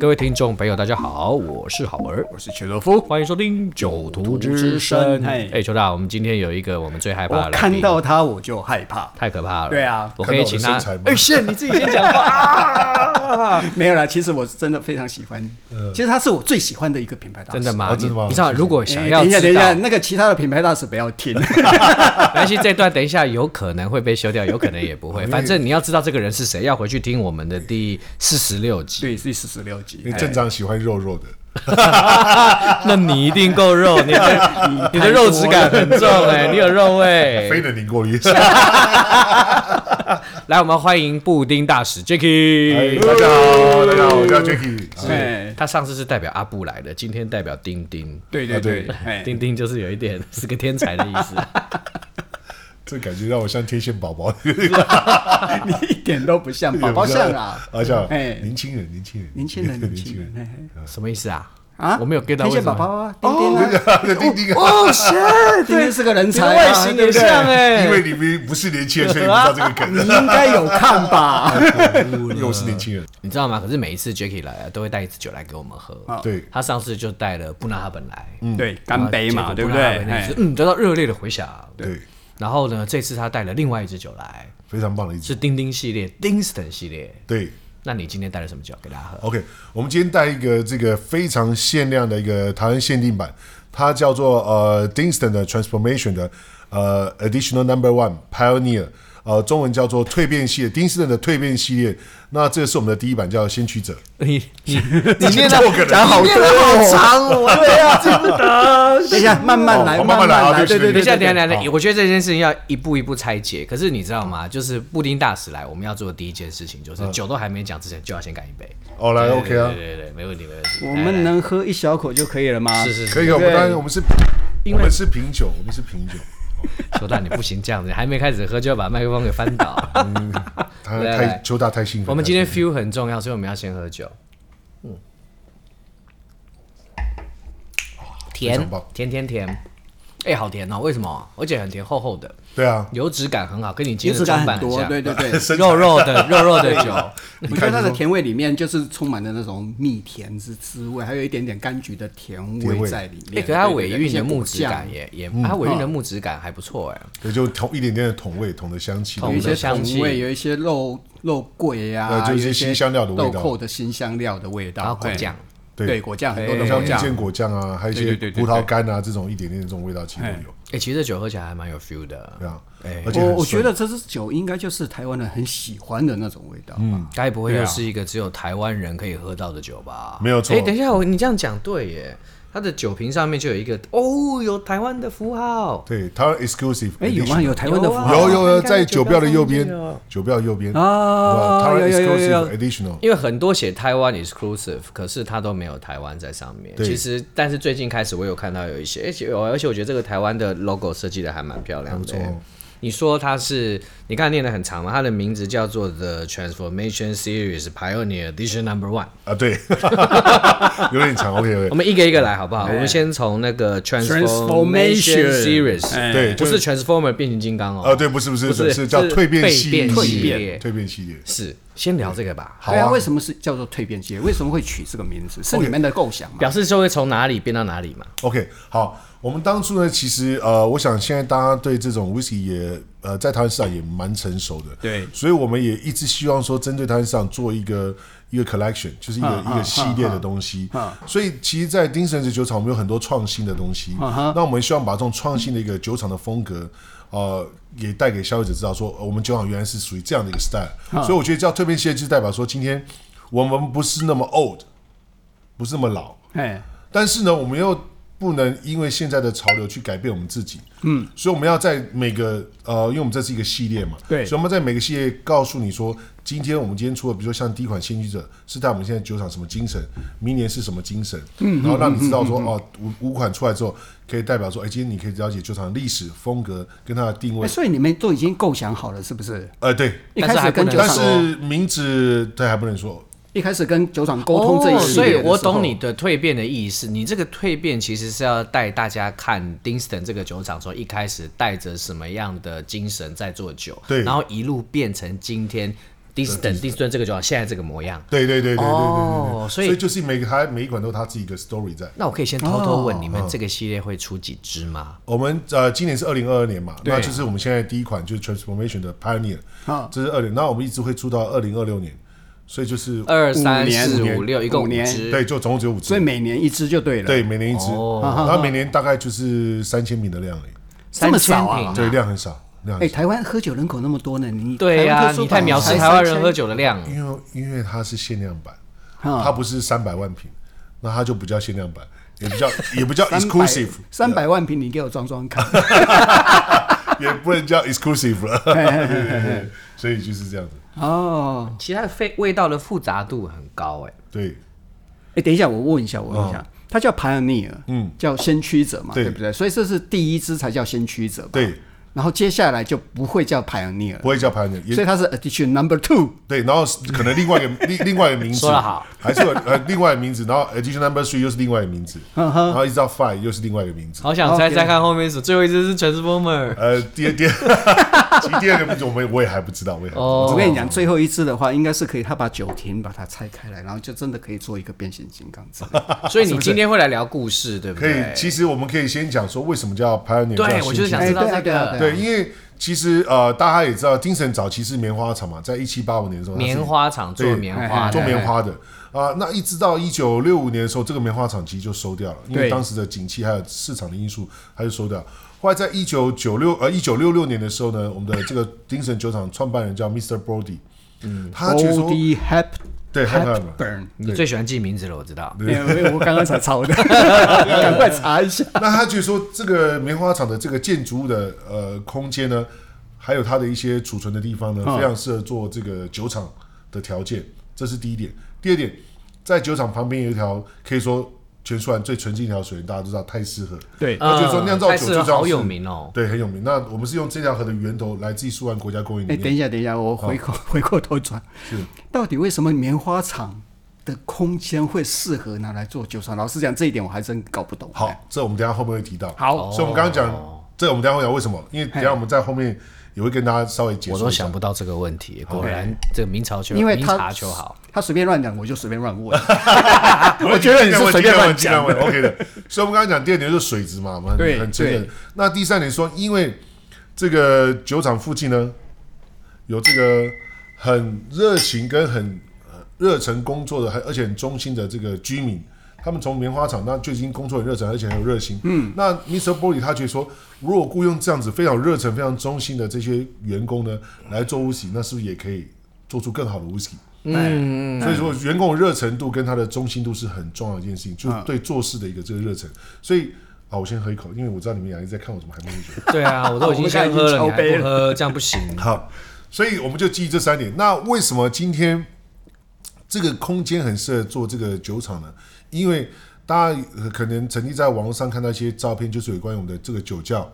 各位听众朋友，大家好，我是好儿，我是邱德夫，欢迎收听《九途之声声》。嘿哎，邱大，我们今天有一个我们最害怕的我来宾，看到他我就害怕。 太可怕了。对啊我可以请他看到我的身材吗哎，是你自己先讲话。啊 没有啦，其实我是真的非常喜欢，其实他是我最喜欢的一个品牌大使。嗯真的吗？哦真的吗你你知道，如果哎？想要等一知下，道，等一下，那个其他的品牌大使不要 听。但是这段等一下有可能会被修掉，有可能也不会。 因为反正你要知道这个人是谁，要回去听我们的第四十六 集。对，是四十六集你。正常喜欢肉肉的，那你一定够肉，你的你的肉质感很重哎、你有肉 味。非能淋过滤。 来，我们欢迎布丁大使 Jacky。哎大家好，大家好，我叫 Jacky。哎哎，他上次是代表阿布来的，今天代表丁丁。对对啊对对，哎，丁丁就是有一点是个天才的意 思，这感觉让我像天线宝宝，哎 你一点都不像，宝宝像 啊，啊像哎年轻人，年轻人，年轻人，年年轻轻人哎。哎人。什么意思啊？啊，我没有 get 到为天线什宝宝么。哦啊，丁丁啊， 那丁丁啊，哦，是， 丁丁是个人你的才外啊，形对也不对像哎、因为你们不是年轻人，所以不知道这个你 梗。应该有看 吧？ 因为我是年轻人，你知道吗？可是每一次 Jacky 来啊，都会带一支酒来给我们喝。对，他上次就带了布纳哈本来，对，干杯嘛，结对果不布对纳哈？本那哎支嗯，得到热烈的回响。对，然后呢，这次他带了另外一支酒来，非常棒的一集。是丁丁系列、Dingston 系列。对那你今天带了什么酒给大家喝？ ，OK，我们今天带一个这个非常限量的一个台湾限定版，它叫做呃 Dinston 的 Transformation 的呃 Additional Number One Pioneer。呃，中文叫做蜕变系列，丁斯顿的蜕变系列。那这是我们的第一版，叫《先驱者》。你 你你念这到我可能讲好多好长哦，对啊，记不得。哎等一下，慢慢来，哦慢慢来啊来，对对对不等对，起一下，等一下，对，等哦一下，我觉得这件事情要一步一步拆解。可是你知道吗？就是布丁大使来，我们要做的第一件事情就是酒都还没讲之前，就要先干一杯。哦，来，OK 啊对，对对，没问题，没问题。我来来们能喝一小口就可以了吗？哎是是是，可以。我对们当然我们是，我们是品酒，我们是品酒。说到你不行这样子，还没开始喝就要把麦克风给翻 倒。嗯他来来太邱大太兴奋了。我们今天 feel 很重要，所以我们要先喝酒。嗯，非甜常棒甜甜甜，哎、好甜哦！为什么？而且很甜，厚厚的，对啊，油脂感很好，跟你今油天脂的装感扮很很多，像。对 对对。肉肉的肉肉 的酒，我觉得它的甜味里面就是充满了那种蜜甜之滋味，还有一点点柑橘的甜甜味味在里哎、面。可是它对尾韵的木质感，对也也，嗯它尾韵的木质感还不错哎、也就同一点点的同味，同的香气。同对一的些果哦香气呃酱有一些桶味，有一些肉肉桂对呀，就是一些有一新香料的味道豆蔻的新香料的味道，然后果酱哎哎，对对果酱很多的像果蜜酱，饯果酱啊，还有一对些对对对葡萄干啊，这种一点点的这种味道其实都有，哎、其实这酒喝起来还蛮有 feel 的。对啊哎，而且我很我觉顺得这支酒应该就是台湾人很喜欢的那种味道吧。该不会对又啊是一个只有台湾人可以喝到的酒吧？没有错哎，等一下，我你这样讲对耶，它的酒瓶上面就有一个哦，有台湾的符号。对台湾 exclusive，哎，有吗？？有台湾的符有啊号有有有，应该在在酒标的右边酒标上面有，酒标右边啊哇台湾有有有有有 exclusive additional，因为很多写台湾 exclusive，可是它都没有台湾在上面。对其实，但是最近开始我有看到有一些，而且而且我觉得这个台湾的 logo 设计的还蛮漂亮的还不错哦。你说它是，你刚才念的很长嘛？它的名字叫做 The Transformation Series Pioneer Edition Number One。啊，对，有点长，OK 我 OK，们一个一个来好不哎好？我们先从那个 Transformation Transformation Series，哎对，不就是 Transformer 变形金刚哦。呃，对，不是不是不是是叫是蜕变蜕系变列系系列蜕变系列，是，先聊这个吧。好对啊，啊为什么是叫做蜕变节？为什么会取这个名字？是你们的构想吗？表示就会从哪里变到哪里嘛。 OK，好，我们当初呢，其实呃，我想现在大家对这种 whisky 也呃，在台湾市场也蛮成熟的，对所以我们也一直希望说，针对台湾市场做一个一个 collection，就是一个、一个系列的东西。所以其实，在丁神子酒厂，我们有很多创新的东西。那我们希望把这种创新的一个酒厂的风格。呃，也带给消费者知道说，呃我们酒厂原来是属于这样的一个 style，、所以我觉得叫蜕变系列，就是代表说，今天我们不是那么 old，不是那么老，哎，但是呢，我们又不能因为现在的潮流去改变我们自己。嗯，所以我们要在每个呃，因为我们这是一个系列嘛，对所以我们在每个系列告诉你说，今天我们今天出的，比如说像第一款《先驱者》，是带我们现在酒厂什么精神，明年是什么精神，嗯，然后让你知道说，哦，五五款出来之后，可以代表说，哎，今天你可以了解酒厂的历史风格跟它的定哎位。所以你们都已经构想好了，是不是？呃，对，一但是开还始不跟能酒但厂，哦是名字对还不能说，一开始跟酒厂沟通这一哦系所以列的时候我懂你。的蜕变的意思。你这个蜕变其实是要带大家看 Dingston 这个酒厂从一开始带着什么样的精神在做酒，对然后一路变成今天 Distant Distant 这个酒厂现在这个模样。对对对对对对对对哦对，所以就是每个它每一款都有它自己一个 story 在。那我可以先偷偷问，你们这个系列会出几支吗？我们呃，今年是二零二二年嘛，对啊那就是我们现在第一款就是 Transformation 的 Pioneer，啊这是二零，那我们一直会出到二零二六年，所以就是二三年四五五年六，一共五年支。对，就总共只有五呃所以支，每年一支就对了。对，，每年一支，哦然后每年大概就是三千瓶的量而已，这么少3000啊瓶？对，量很少，量哎，很少，台湾喝酒人口那么多呢，你对台呀、湾特殊你版太藐视才台湾人3000喝酒的量。因为因为它是限量版，啊它不是三百万瓶，那它就不叫限量版，也不叫也不叫 exclusive，三百万瓶，你给我装装 看。也不能叫 exclusive 了，对对对对， 所以就是这样子，哦，其他的味味道的复杂度很高哎、对哎，等一下，我问一下，我问一下，它叫 pioneer，嗯，叫先驱者嘛，哦对对不对？所以这是第一支才叫先驱者吧？对，然后接下来就不会叫 pioneer，不会叫 Pioneer，也所以它是 addition number two。对，然后可能另外一 个另另外一个名字，说得好，还是有呃另外一个名字，然后 edition number three 又是另外一个名字，嗯然后一直到 five 又是另外一个名字，好想猜猜看后面是什么最后一只是 Transformer。呃，第二第二， 其实第二个名字我们我也还不知道，我也还不知道哦我跟你讲，最后一支的话，应该是可以，他把酒瓶把它拆开来，然后就真的可以做一个变形金刚之类的。所以你今天会来聊故事，对不可以对，？其实我们可以先讲说为什么叫 pioneer，叫对，先我就是驱想知道哎 对这啊对啊对个啊对，因为其实呃大家也知道，精神早期是棉花厂嘛，在一七八五年的时候，它是棉花厂做对棉哎花哎的做棉花的啊、那一直到一九六五年的时候，这个棉花厂其实就收掉了，因为对当时的景气还有市场的因素，它就收掉了。后来在一九九六呃一九六六年的时候呢，我们的这个丁神酒厂创办人叫 Mr. Brody，嗯，他觉得说 O.D. Hep 对害怕嘛， Hepburn，你最喜欢记名字了，我知道。因为我刚刚才抄 的，赶快查一下。那他觉得说这个棉花厂的这个建筑物的呃空间呢，还有它的一些储存的地方呢，嗯非常适合做这个酒厂的条件，这是第一点。第二点，在酒厂旁边有一条可以说全苏兰最纯净一条水源，大家都知道太适合了。对他就说酿造嗯酒泰式就这样好有是名哦。对，很有名。那我们是用这条河的源头来自于苏兰国家公园哎，里等面。一下，等一下，我回过回过头转嗯是，到底为什么棉花厂的空间会适合拿来做酒厂？老实讲，这一点我还真搞不懂。哎好，这我们等一下后面会提到。好所以我们哦刚刚讲，这我们等一下会讲为什么，因为等一下我们在后面也会跟大家稍微解我说都一下。想不到这个问题，果然这个明朝就因为明他察就 好。他随便乱讲，我就随便乱问。我觉得你是随便乱尽讲量问。尽量问 OK 的。所以我们刚刚讲第二点就是水质嘛，我们对很很承认对。那第三点说，因为这个酒厂附近呢，有这个很热情跟很呃热忱工作的，还而且很忠心的这个居民。他们从棉花厂那就已经工作很热忱，而且很有热心。嗯，那 Mr. b o l y 他觉得说，如果雇佣这样子非常有热忱、非常忠心的这些员工呢，来做 whisky，那是不是也可以做出更好的 whisky？嗯，所以说，员工的热忱度跟他的忠心度是很重要的一件事嗯情，就是对做事的一个这个热忱。所以啊，我先喝一口，因为我知道你们两个在看我，怎么还没喝酒？对啊，我都已经我刚才先已经喝了，敲你还杯不喝，这样不行。好，所以我们就基于这三点。那为什么今天这个空间很适合做这个酒厂呢？因为大家呃可能曾经在网络上看到一些照片，就是有关于我们的这个酒窖。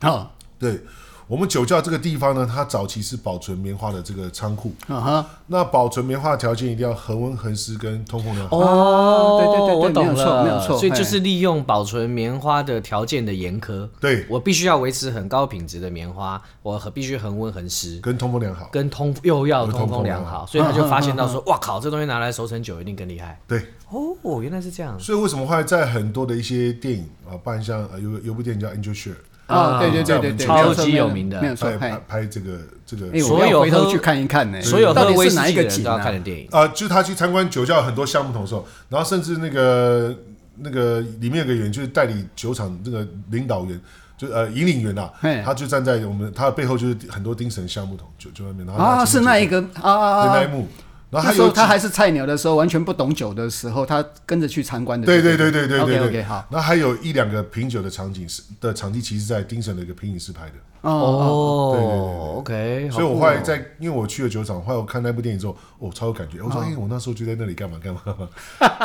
哎好，对我们酒窖这个地方呢，它早期是保存棉花的这个仓库。啊哈。那保存棉花的条件一定要恒温、恒湿跟通风良好。哦对对对对我懂没有错了，没有错所以嘿就是利用保存棉花的条件的严苛，对我必须要维持很高品质的棉花，我必须恒温恒湿，跟通风良好，跟通又要有通通风风良良好，所以他就发现到说，哇靠，这东西拿来熟成酒一定更厉害。对，哦，原来是这样。所以为什么后来在很多的一些电影啊，包含像呃有有部电影叫《Angel Share》，啊，对对对对对，超没有错级没有名的没有错哎拍。嘿拍拍这个这个哎，所我有要回头喝去看一看呢。所有到喝底威是士哪一忌个的人景都要看的啊？电影，啊，就是他去参观酒窖很多项目同的时候，然后甚至那个那个里面有个员就是代理酒厂那个领导员。就呃引领员啊嘿，他就站在我们他的背后就是很多丁神橡木桶就就外面，然后啊，拿是进去那一个啊啊对啊那一啊！幕，然那后他时候有他几还是菜鸟的时候，完全不懂酒的时候，他跟着去参观的。对对对对对对对 OK 对 OK，好。然后还有一两个品酒的场景是的场地，其实在丁神的一个品饮室拍的，哦，哦，OK，所以我好后酷来哦在，因为我去了酒厂，后来我看那部电影之后，我、超有感觉。我嗯说，哎、我那时候就在那里干嘛干嘛。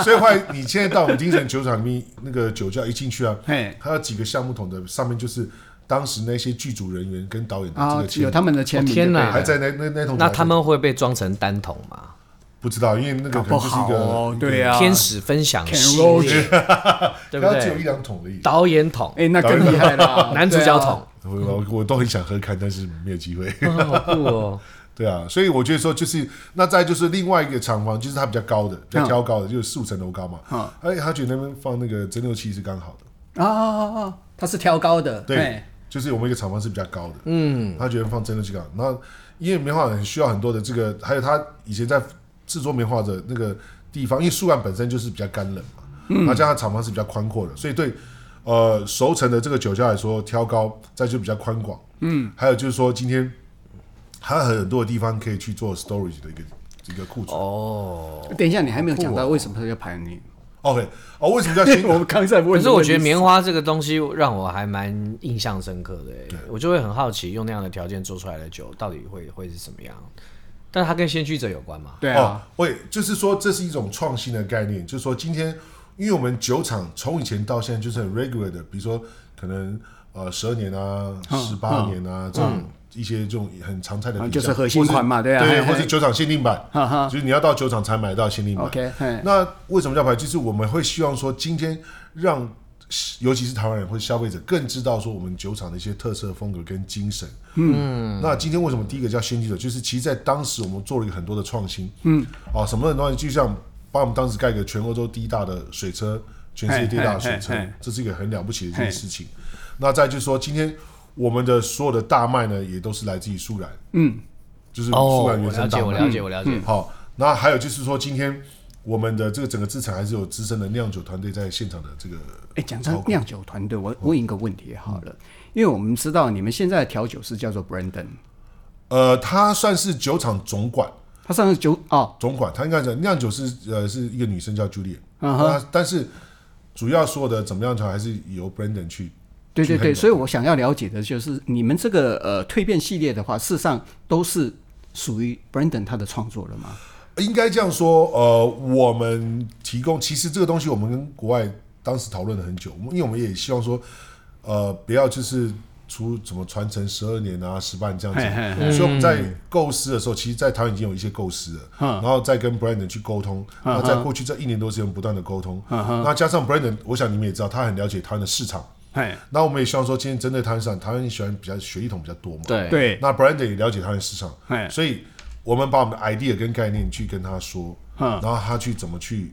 所以后来你现在到我们精神酒厂里面，那个酒窖一进去啊，嘿它有几个橡木桶的上面就是当时那些剧组人员跟导演的这啊个，签有名，他们的签名。哦天哪哪！还在那那那桶。那他们会被装成单桶吗？不知道，因为那个搞可不能就是一好个、嗯哦，对啊。天使分享 Ken 系 Roach 列， 对不它只有一对？两桶而已。导演桶，哎，那更厉 ，害了男主角对啊桶，我我我都很想喝看，但是没有机会。哦好酷哦！对啊，所以我觉得说就是，那再就是另外一个厂房，就是它比较高的，比较挑高的，就是四五层楼高嘛。嗯而且他觉得那边放那个蒸馏器是刚好的，啊啊啊啊！它是挑高的，哎对嘿，，就是我们一个厂房是比较高的，嗯，他觉得放蒸馏器刚好。那因为棉花很需要很多的这个，还有他以前在制作棉花的那个地方，因为树干本身就是比较干冷嘛，嗯，那加上厂房是比较宽阔的，所以对呃熟成的这个酒窖来说，挑高再就比较宽广，嗯，还有就是说今天还有很多的地方可以去做 storage 的一个一个库存。哦，等一下，你还没有讲到为什么它要排你。 OK，哦，为什么叫新我们刚才问， 可是我觉得棉花这个东西让我还蛮印象深刻的欸，我就会很好奇，用那样的条件做出来的酒到底会会是什么样？但它跟先驱者有关嘛？对啊，哦，喂，就是说这是一种创新的概念，就是说今天，因为我们酒厂从以前到现在就是很 regular 的，比如说可能呃十二年啊、十八年啊、这种一些这种很常态的啊比较、嗯就是核心款嘛或是对啊哦对，嘿嘿或是酒厂限定版，哈哈就是你要到酒厂才买到限定版。 ，OK，嘿，那为什么叫牌？就是我们会希望说，今天让呃尤其是台湾人或消费者更知道说我们酒厂的一些特色风格跟精神。嗯，那今天为什么第一个叫先驱者？就是其实，在当时我们做了一个很多的创新。嗯，啊，什么样的东西？就像把我们当时盖一个全欧洲第一大的水车，全世界第一大的水车嘿嘿嘿，这是一个很了不起的一件事情。那再就是说，今天我们的所有的大麦呢，也都是来自于苏兰。嗯，就是嗯苏哦，兰原我了生大解，麦。我了解，我了解。好，那还有就是说，今天我们的这个整个资产还是有资深的酿酒团队在现场的这个哎，讲到酿酒团队，我问一个问题好嗯了，因为我们知道你们现在的调酒师叫做 Brandon，呃，他算是酒厂总管，他上次酒哦，总管，他应该讲酿酒是呃是一个女生叫 Julie，嗯那但是主要说的怎么样，还是由 Brandon 去对对去对， handle 所以我想要了解的就是你们这个呃蜕变系列的话，事实上都是属于 Brandon 他的创作了吗？应该这样说，呃，我们提供其实这个东西，我们跟国外当时讨论了很久，我们因为我们也希望说，呃，不要就是出什么传承十二年啊、十八这样子，嘿嗯所以我们在构思的时候，其实，在台湾已经有一些构思了，然后再跟 Brandon 去沟通，嗯那、在过去这一年多时间不断的沟通，那加上 Brandon，我想你们也知道，他很了解台湾的市场，哎，那我们也希望说，今天针对台湾市场，台湾喜欢比较学历桶比较多嘛，对，对，那 Brandon 也了解他的市场哎，所以我们把我们的 idea 跟概念去跟他说，嗯然后他去怎么去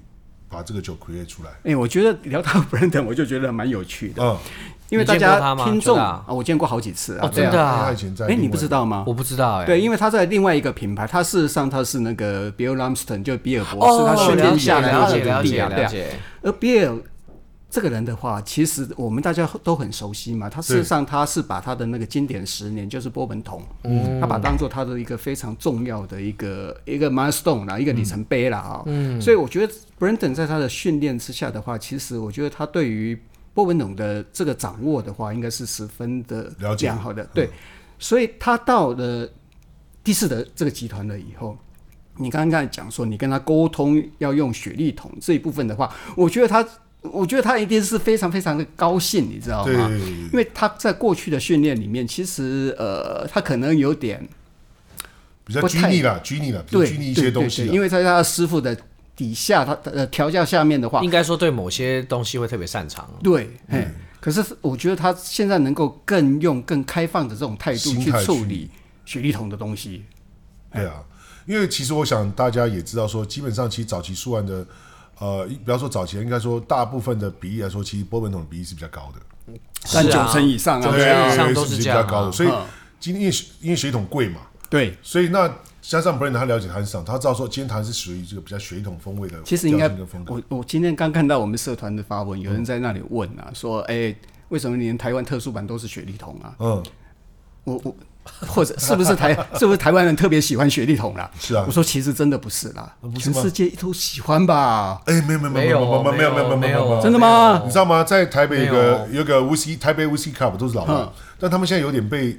把这个酒 create 出来。哎，我觉得聊到 Brandon，我就觉得蛮有趣的，嗯，因为大你见过他家吗听真众哦的啊我见过好几次啊，哦真的啊他以前在哎，另外你不知道吗？我不知道哎。对，，因为他在另外一个品牌，他事实上他是那个 Bill Lumsden，就比尔博士，哦，他训了练解下来了的解这个了土地解啊，对了啊。解。而比尔这个人的话，其实我们大家都很熟悉嘛。他事实上他是把他的那个经典十年，就是波本桶，嗯他把它当做他的一个非常重要的一个一个 milestone 啦，一个里程碑啦啊、嗯，所以我觉得 Brandon 在他的训练之下的话，其实我觉得他对于波本桶的这个掌握的话，应该是十分的了解良好的。对，所以他到了第四的这个集团了以后，你刚刚讲说你跟他沟通要用雪利桶这一部分的话，我觉得他，我觉得他一定是非常非常的高兴，你知道对吗？因为他在过去的训练里面，其实呃，他可能有点比较不拘太泥啦，拘泥啦，比较对拘泥一对些对东西啊对啦。因为在他师傅的底下，他的呃调教下面的嗯话，应该说对某些东西会特别擅长。对，哎、可是我觉得他现在能够更用更开放的这种态度心去态处去理雪利桶的东西，对啊，因为其实我想大家也知道说，基本上其实早期苏完的，呃，不要说早期，应该说大部分的比例来说，其实波本桶的比例是比较高的。是但九啊，成以上九啊，成对以啊，上都是是比这样较啊高的，所以嗯今天因为水因为水桶贵嘛，对。所以那加上 Brandon 他了解他的市场，他知道说今天他是属于这个比较水桶风味的调其实性应该跟风，格。我我今天刚看到我们社团的发文，嗯有人在那里问啊，说，哎、为什么连台湾特殊版都是雪利桶啊？嗯，我我或者是不是 台是不是台湾人特别喜欢雪利桶啦？是啊哦我说其实真的不是啦，不是全吗世界都喜欢吧？哎，没有没有没有有没有没有没有有没有没有，真的吗你知道吗？在台北有个没有个 whisky 台北 whisky cup 都是老外，但他们现在有点被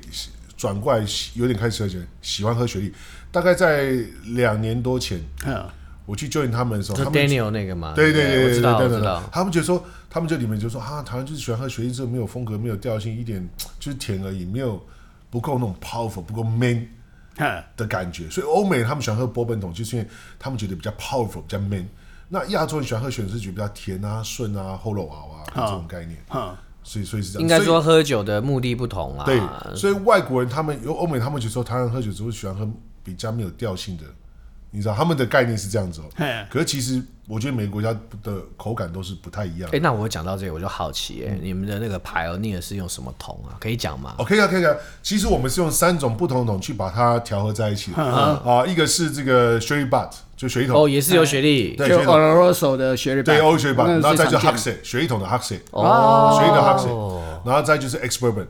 转过来，有点开始喝喜喜欢喝雪莉。大概在两年多前，嗯，我去 join 他们的时候，就他们 Daniel 那个嘛？对对对我对知道对我对知对道。他们就说，他们就里面就说啊，台湾就是喜欢喝雪莉，这个没有风格，没有调性，一点就是甜而已，没有不够那种 powerful，不够 man。哼的感觉。所以欧美人他们喜欢喝波本桶，就是因为他们觉得比较 powerful，比较 man。那亚洲人喜欢喝雪是觉得比较甜啊、顺啊、后漏熬啊这种概念。哼，所以，所以是这样。应该说喝酒的目的不同啦。啊所以，对，所以外国人他们有欧美，他们就说台湾人喝酒只会喜欢喝。比较没有调性的，你知道他们的概念是这样子哦、嘿可是其实我觉得每个国家的口感都是不太一样哎、。那我讲到这里，我就好奇、哎、你们的那个 Pioneer 是用什么桶啊？可以讲吗？嗯哦，可以啊，可以啊。其实我们是用三种不同的桶去把它调和在一起的啊，一个是这个 sherry butt，就水桶，哦，也是有学历。对就学 Oloroso 的雪里对，欧水版，然后再就哈 Huxley 血一桶的 Huxley，哦血一桶 Huxley，然后再就是 X bourbon，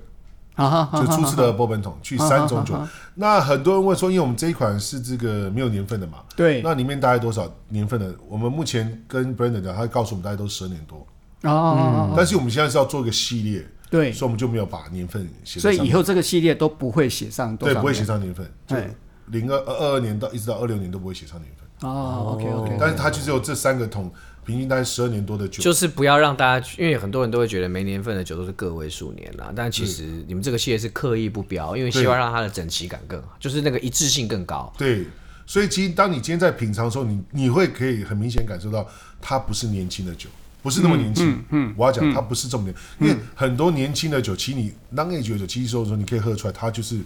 哈就哈初次的波本桶，去嗯三种酒。那很多人问说，因为我们这一款是这个没有年份的嘛，对那里面大概多少年份的？我们目前跟 Brandon 讲，他告诉我们大概都十二年多，哦，但是我们现在是要做一个系列，对，嗯所以我们就没有把年份写在所以上面以后这个系列都不会写上多对少不会写年上年份，就哎零二二二年到一直到二六年都不会写上年份，哦，OK OK，但是它就只有这三个桶，平均大概十二年多的酒。就是不要让大家，因为很多人都会觉得每年份的酒都是个位数年啦，但其实嗯你们这个系列是刻意不标，因为希望让它的整齐感更好，就是那个一致性更高。对，所以其实当你今天在品尝的时候，你你会可以很明显感受到，它不是年轻的酒，不是那么年轻。嗯，我要讲它不是重点，因为很多年轻的酒，其实你当 age 的酒，其实有时候你可以喝出来，它就是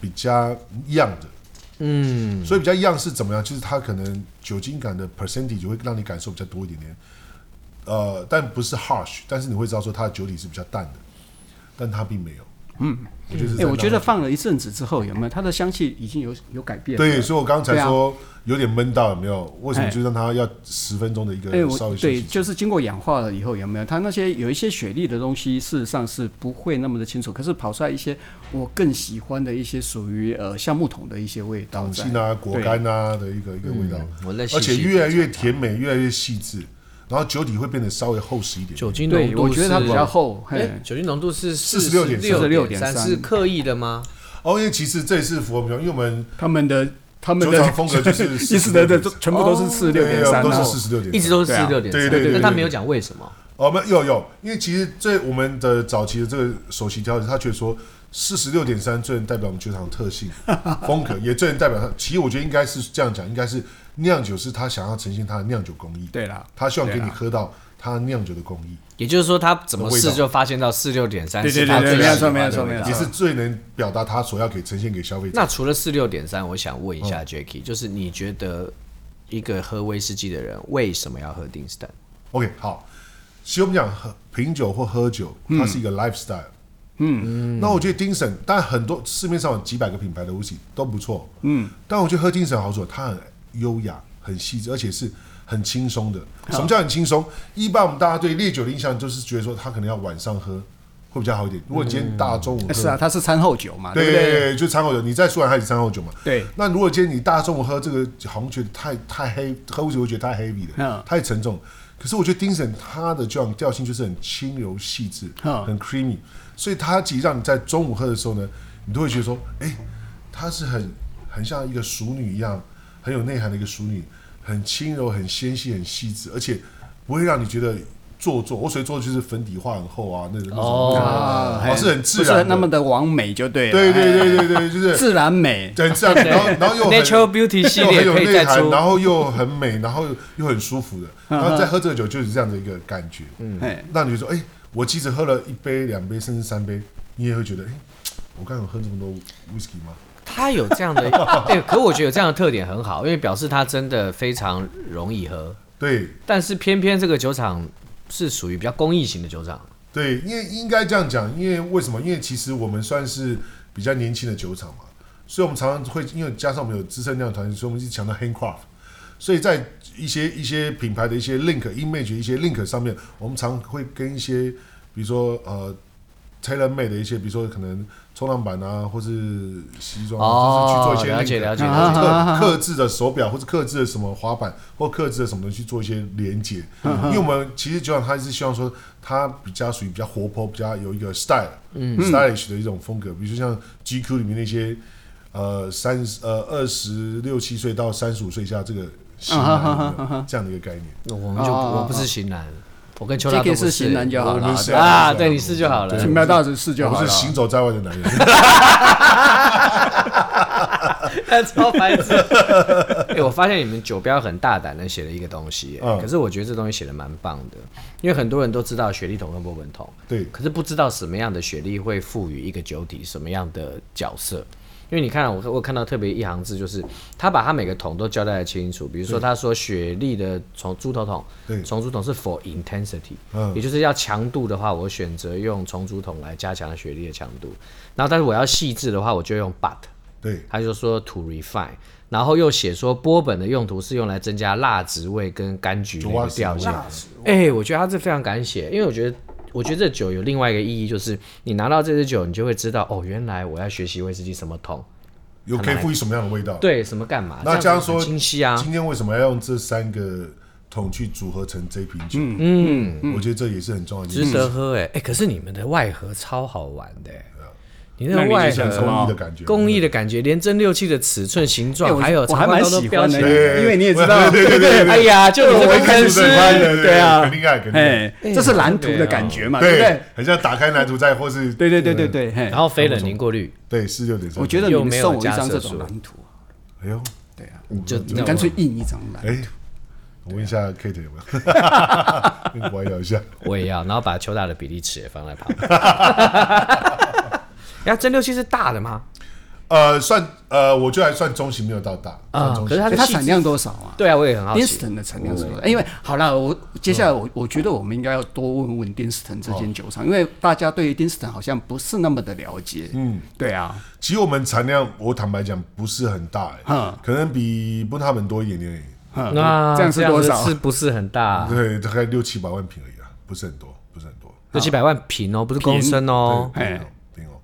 比较样的。嗯，所以比较样是怎么样？就是它可能酒精感的 percentage 会让你感受比较多一点点，呃，但不是 harsh，但是你会知道说它的酒体是比较淡的，但它并没有。嗯，我觉得是哎、在我觉当得中放了一阵子之后，有没有它的香气已经有有改变了？对，所以我刚才对啊说有点闷到，有没有？为什么哎就让它要十分钟的一个哎，稍我微休对，息？就是经过氧化了以后，有没有它那些有一些雪粒的东西，事实上是不会那么的清楚，可是跑出来一些我更喜欢的一些属于呃橡木桶的一些味道党在。嗯性啊、果对干啊的一个一个味道，我在而且越来越甜美，越来越细致，然后酒体会变得稍微厚实一点。酒精浓对，度，我觉得它比较。厚，哎、嘿，酒精浓度是46.3三，是刻意的吗？哦，因为其实这也是符合我们，因为我们他们的他们酒的厂风格就是 伊斯德的46.3全部都是四六点哦对三，哦都是然后四十六点，一直都是四对啊六点对对对但对他对没有讲为什么。哦，没有有，因为其实最我们的早期的这个首席调酒师，他觉得说四十六点三最能代表我们酒厂的 特性风格，也最能代表他。其实我觉得应该是这样讲，应该是酿酒师他想要呈现他的酿酒工艺，对啦，他希望对啊给你啦喝到他酿酒的工艺，也就是说，他怎么味道试就发现到四六点三对是对对他对最没有喜欢错没有的味错没有道错也是最能表达他所要给呈现给消费者。那除了四六点三，我想问一下 Jacky，、就是你觉得一个喝威士忌的人为什么要喝丁斯坦？ OK，好，其实我们讲喝品酒或喝酒，它是一个 lifestyle。嗯，那我觉得丁神，但很多市面上有几百个品牌的 whisky 都不错。嗯，但我觉得喝丁神好处，它很优雅、很细致，而且是很轻松的。什么叫很轻松？一般我们大家对烈酒的印象就是觉得说，它可能要晚上喝会比较好一点。如果你今天大中午喝，是啊，它是餐后酒嘛，对不对？对，就餐后酒，你在苏兰还是餐后酒嘛？对。那如果今天你大中午喝这个，好像觉得太太黑，喝酒我觉得太 heavy 了，嗯太沉重。可是我觉得丁神他的这种调性就是很轻柔细致，嗯很 creamy，所以它其实让你在中午喝的时候呢，你都会觉得说，哎，她是很很像一个熟女一样，很有内涵的一个熟女，很轻柔、很纤细、很细致，而且不会让你觉得。做作，我所以做作就是粉底画很厚啊，那种那种哦啊，哦嘿是很自不然的，是那么的完美就对了，对嘿对对对对，就是 自然美，很自然，然后然后又很 Natural Beauty 系又列很有可以内再涵，出嗯然后又很美，然后又很舒服的，然后再喝这个酒就是这样的一个感觉，嗯，哎，那你就说，哎，我即使喝了一杯、两杯，甚至三杯，你也会觉得，哎，我刚刚有喝这么多 whisky 吗？他有这样的，哎、可我觉得有这样的特点很好，因为表示它真的非常容易喝。对但是偏偏这个酒厂是属于比较公益型的酒厂，对，因为应该这样讲，因为为什么？因为其实我们算是比较年轻的酒厂嘛，所以我们常常会因为加上我们有资深酿团，所以我们是强调 handcraft。所以在一些一些品牌的一些 link image 一些 link 上面，我们常会跟一些，比如说呃 tailor made 的一些，比如说可能冲浪板啊，或是西装、啊，哦就是去做一些 link, 了解了解了解刻刻制的手表或者刻制的什么滑板或刻制的什么东西去做一些连接，啊因为我们其实就像他是希望说，它比较属于比较活泼，比较有一个 style，嗯，stylish 的一种风格，比如说像 GQ 里面那些。呃，三十呃二十六七岁到三十五岁以下这个型啊男有没有这样的一个概念。那我们就不、哦哦哦我不是型男，我跟邱大都这不个是型男就好我了们，是啊，我们对你是就好对了 请。不要到处试就我好们了是。行走在外的男人。超白痴。 哎、我发现你们酒标很大胆的写了一个东西耶、嗯可是我觉得这东西写的蛮棒的，因为很多人都知道雪莉桶跟波本桶，对可是不知道什么样的雪莉会赋予一个酒体什么样的角色。因为你看啊我我看到特别一行字，就是他把他每个桶都交代的清楚。比如说他说雪莉的从猪头桶，对重组桶是 for intensity，嗯也就是要强度的话，我选择用重组桶来加强雪莉的强度。然后但是我要细致的话，我就用 but。对，他就说 to refine，然后又写说波本的用途是用来增加辣质味跟柑橘类的调性。哎、我觉得他这非常敢写，因为我觉得。我觉得这酒有另外一个意义，就是你拿到这支酒，你就会知道哦，原来我要学习威士忌什么桶，有可以赋予什么样的味道？对，什么干嘛，那这这样样子说很清晰啊。今天为什么要用这三个桶去组合成这瓶酒？嗯嗯，我觉得这也是很重要的一件值事情。得喝哎、哎、可是你们的外盒超好玩的、欸，你那那个你就外像想盒什么工艺的感觉，工艺的感觉，连蒸馏器的尺寸、形哎状，我还有我长还宽蛮高都喜标欢的，起因来为因为你也知道，对对对对哎呀，就你这我个一开坑始是喜欢的对啊肯定爱，肯定爱。哎，这是蓝图的感觉嘛，对不对啊对？，很像打开男主在，或是对对对对对，嘿然，后非冷凝过滤，对四六点三。我觉得你又们没有送我一加张色这素种蓝图，哎呦，对啊，就你干脆印一张蓝图，哎，我问一下 Kate 有没有？跟我聊一下。我也要，然后把球打的比例尺也放在旁边。然后蒸馏器是大的吗？呃，算呃，我觉得还算中型，没有到大，算中啊可是型。它哎的它细产量多少啊？对啊，我也很好奇。 Dinston 的产量是多少？哎因为好了，我接下来我我觉得我们应该要多问问 Dinston 这间酒厂，因为大家对于 Dinston 好像不是那么的了解。嗯，对啊，其实我们产量，我坦白讲不是很大，哎嗯，啊可能比不他们多一点点而已，那这样是多少是不是很大？对，大概六七百万瓶而已啊，不是很多，不是很多。六七百万瓶哦，不是公升哦。对哎，冰哦。